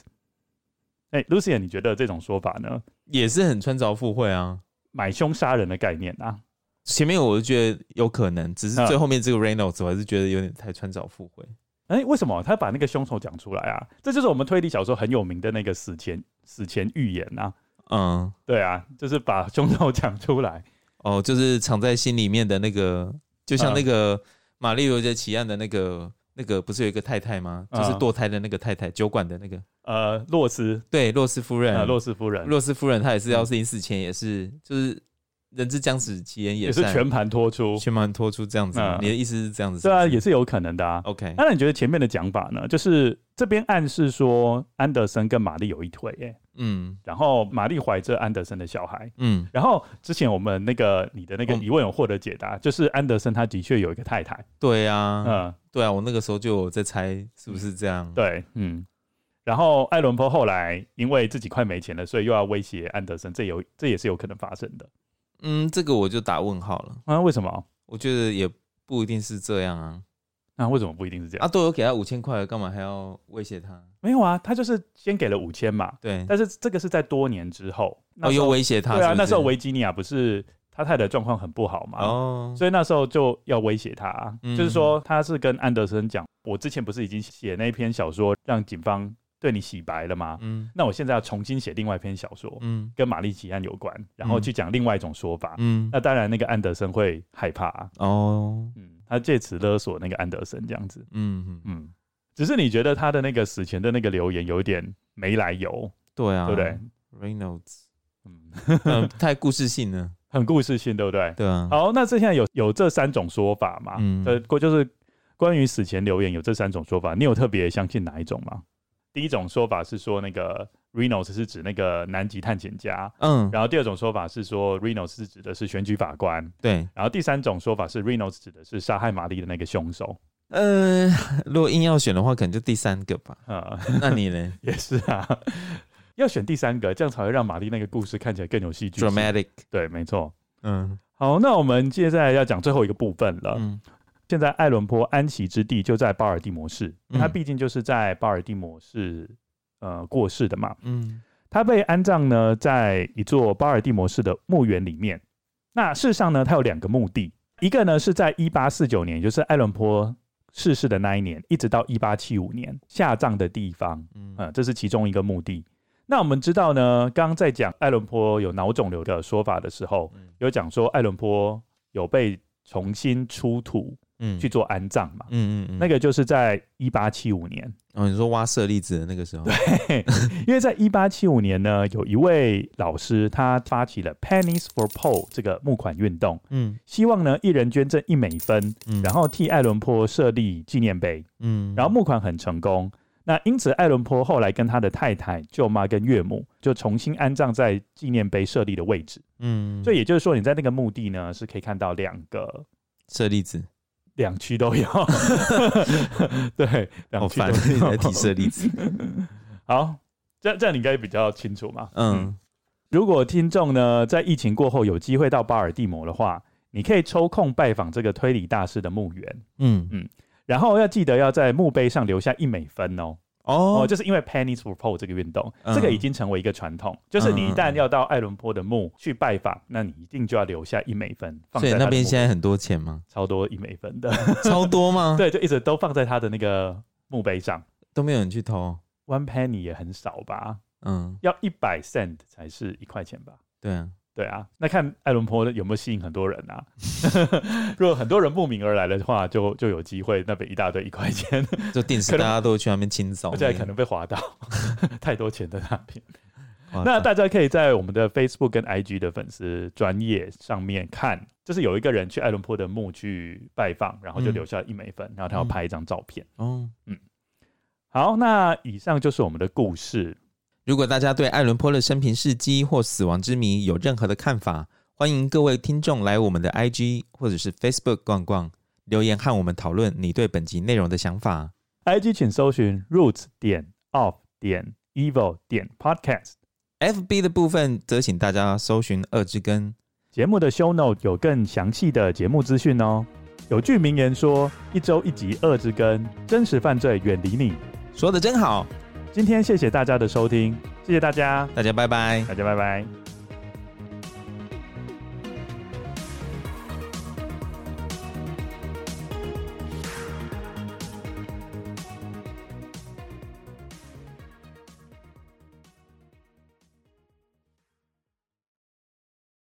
S2: 哎，Lucian，你觉得这种说法呢？
S1: 也是很穿凿附会啊。
S2: 买凶杀人的概念啊？
S1: 前面我就觉得有可能，只是
S2: 嗯
S1: 最后面这个 Reynolds 我还是觉得有点太穿凿附会。
S2: 哎，为什么他把那个凶手讲出来啊？这就是我们推理小说很有名的那个死前死前预言啊。
S1: 嗯，
S2: 对啊，就是把凶手讲出来。
S1: 哦，就是藏在心里面的那个，就像
S2: 嗯
S1: 那个玛丽罗杰奇案的那个那个，不是有一个太太吗？
S2: 嗯
S1: 就是堕胎的那个太太，酒馆的那个，
S2: 呃，洛斯，
S1: 对，啊洛斯夫人。
S2: 呃，洛斯夫人
S1: 洛斯夫人她也是要临死前也是，就是人之将死，其言
S2: 也
S1: 也
S2: 是
S1: 善，
S2: 全盘托出。
S1: 全啊盘托出这样子吗。
S2: 嗯
S1: 你的意思是这样子？
S2: 对啊，
S1: 是不是
S2: 也是有可能的啊。
S1: OK。
S2: 那、你觉得前面的讲法呢？就是这边暗示说安德森跟玛丽有一腿、耶，
S1: 嗯
S2: 然后玛丽怀着安德森的小孩。
S1: 嗯
S2: 然后之前我们那个你的那个
S1: 嗯
S2: 疑问有获得解答，就是安德森他的确有一个太太，
S1: 对啊，
S2: 嗯，
S1: 对啊，我那个时候就有在猜是不是这样。
S2: 对，嗯。然后艾伦坡后来因为自己快没钱了，所以又要威胁安德森，这有这也是有可能发生的
S1: 嗯，这个我就打问号了。
S2: 啊？为什么
S1: 我觉得也不一定是这样啊。
S2: 啊？为什么不一定是这样？
S1: 啊，都有给他五千块了，干嘛还要威胁他？
S2: 没有啊，他就是先给了五千嘛，
S1: 对，
S2: 但是这个是在多年之后，那
S1: 哦，
S2: 时
S1: 又
S2: 候
S1: 威胁他。
S2: 对
S1: 是
S2: 啊
S1: 不，是
S2: 那时候维吉尼亚不是他太太状况很不好嘛，
S1: 哦，
S2: 所以那时候就要威胁他啊、
S1: 嗯
S2: 就是说他是跟安德森讲，我之前不是已经写那篇小说让警方对你洗白了吗？
S1: 嗯
S2: 那我现在要重新写另外一篇小说，
S1: 嗯
S2: 跟玛丽奇案有关，然后去讲另外一种说法。
S1: 嗯，
S2: 那当然，那个安德森会害怕、啊，
S1: 哦，
S2: 嗯，他借此勒索那个安德森这样子，
S1: 嗯，嗯
S2: 嗯。只是你觉得他的那个死前的那个留言有一点没来由，
S1: 对啊，
S2: 对不对？
S1: ？Reynolds，
S2: 嗯，
S1: 嗯，太故事性了，
S2: <laughs> 很故事性，对不对？
S1: 对啊。
S2: 好，那这现在有有这三种说法嘛？
S1: 嗯
S2: 呃，过就是关于死前留言有这三种说法，你有特别相信哪一种吗？第一种说法是说那个 Reynolds 是指那个南极探险家，
S1: 嗯，
S2: 然后第二种说法是说 Reynolds 是指的是选举法官，
S1: 对，
S2: 然后第三种说法是 Reynolds 指的是杀害玛丽的那个凶手。
S1: 呃，如果硬要选的话，可能就第三个吧。
S2: 呃， <laughs>
S1: 那你呢
S2: 也是啊， <laughs> 要选第三个，这样才会让玛丽那个故事看起来更有戏剧性。
S1: ？Dramatic，
S2: 对，没错。
S1: 嗯
S2: 好，那我们接下来要讲最后一个部分了。
S1: 嗯
S2: 现在艾伦坡安息之地就在巴尔的摩市，
S1: 嗯
S2: 他毕竟就是在巴尔的摩市呃过世的嘛。
S1: 嗯
S2: 他被安葬呢在一座巴尔的摩市的墓园里面。那事实上呢，他有两个墓地，一个呢是在一八四九年，也就是艾伦坡逝世的那一年，一直到一八七五年下葬的地方，
S1: 嗯
S2: 嗯，这是其中一个墓地。那我们知道呢，刚刚在讲艾伦坡有脑肿瘤的说法的时候，
S1: 嗯
S2: 有讲说艾伦坡有被重新出土
S1: 嗯
S2: 去做安葬嘛。
S1: 嗯嗯嗯，
S2: 那个就是在一八七五年，
S1: 哦，你说挖舍利子的那个时候，
S2: 因为在一八七五年呢，有一位老师他发起了 Pennies for Paul 这个募款运动，
S1: 嗯
S2: 希望呢一人捐赠一美分，
S1: 嗯，
S2: 然后替艾伦坡设立纪念碑，
S1: 嗯，
S2: 然后募款很成功。那因此，艾伦坡后来跟他的太太、舅妈跟岳母就重新安葬在纪念碑设立的位置。
S1: 嗯，
S2: 所以也就是说，你在那个墓地呢是可以看到两个
S1: 舍利子，
S2: 两区
S1: <laughs>
S2: 都有，对，
S1: 好
S2: 两区
S1: 烦，
S2: 都
S1: 你
S2: 有
S1: 来。提示例子。
S2: <laughs> 好，这样这样你应该比较清楚嘛。
S1: 嗯，
S2: 如果听众呢在疫情过后有机会到巴尔的摩的话，你可以抽空拜访这个推理大师的墓园，
S1: 嗯，
S2: 然后要记得要在墓碑上留下一美分哦。哦，
S1: 哦，
S2: 就是因为 pennies for p o 这个运动，
S1: 嗯
S2: 这个已经成为一个传统，就是你一旦要到爱伦坡的墓去拜访，那你一定就要留下一美分，放
S1: 所以
S2: 在他的
S1: 那边
S2: 墓
S1: 现在很多钱吗？ <laughs>
S2: 超多一美分的，
S1: 超多吗？，
S2: 对，就一直都放在他的那个墓碑上。
S1: 都没有人去偷。
S2: One penny 也很少吧，
S1: 嗯，
S2: 要一百 cent 才是一块钱吧？
S1: 对啊，
S2: 对啊，那看爱伦坡有没有吸引很多人啊？ <laughs> 如果很多人慕名而来的话，就就有机会那边一大堆一块钱，
S1: 就定时
S2: 可
S1: 大
S2: 能
S1: 家都去那边清扫
S2: 而 <laughs>
S1: 那
S2: 且
S1: 个，
S2: 还可能
S1: <laughs>
S2: 被划到，太多钱在那边。
S1: 哇
S2: 那大家可以在我们的 Facebook 跟 IG 的粉丝专业上面看，就是有一个人去爱伦坡的墓去拜访，然后就
S1: 嗯
S2: 留下一美分，然后他要
S1: 嗯
S2: 拍一张照片。
S1: 哦。
S2: 好，那以上就是我们的故事。
S1: 如果大家对艾伦坡的生平事迹或死亡之谜有任何的看法，欢迎各位听众来我们的 IG 或者是 Facebook 逛逛，留言和我们讨论你对本集内容的想法。
S2: IG 请搜寻 roots 点 off 点 evil 点 podcast。
S1: FB 的部分则请大家搜寻二之根。
S2: 节目的 show note 有更详细的节目资讯哦。有句名言说：“一周一集，恶之根，真实犯罪远离你。
S1: 说的真好，”
S2: 今天谢谢大家的收听，谢谢大家，
S1: 大家拜拜。
S2: 大家拜拜。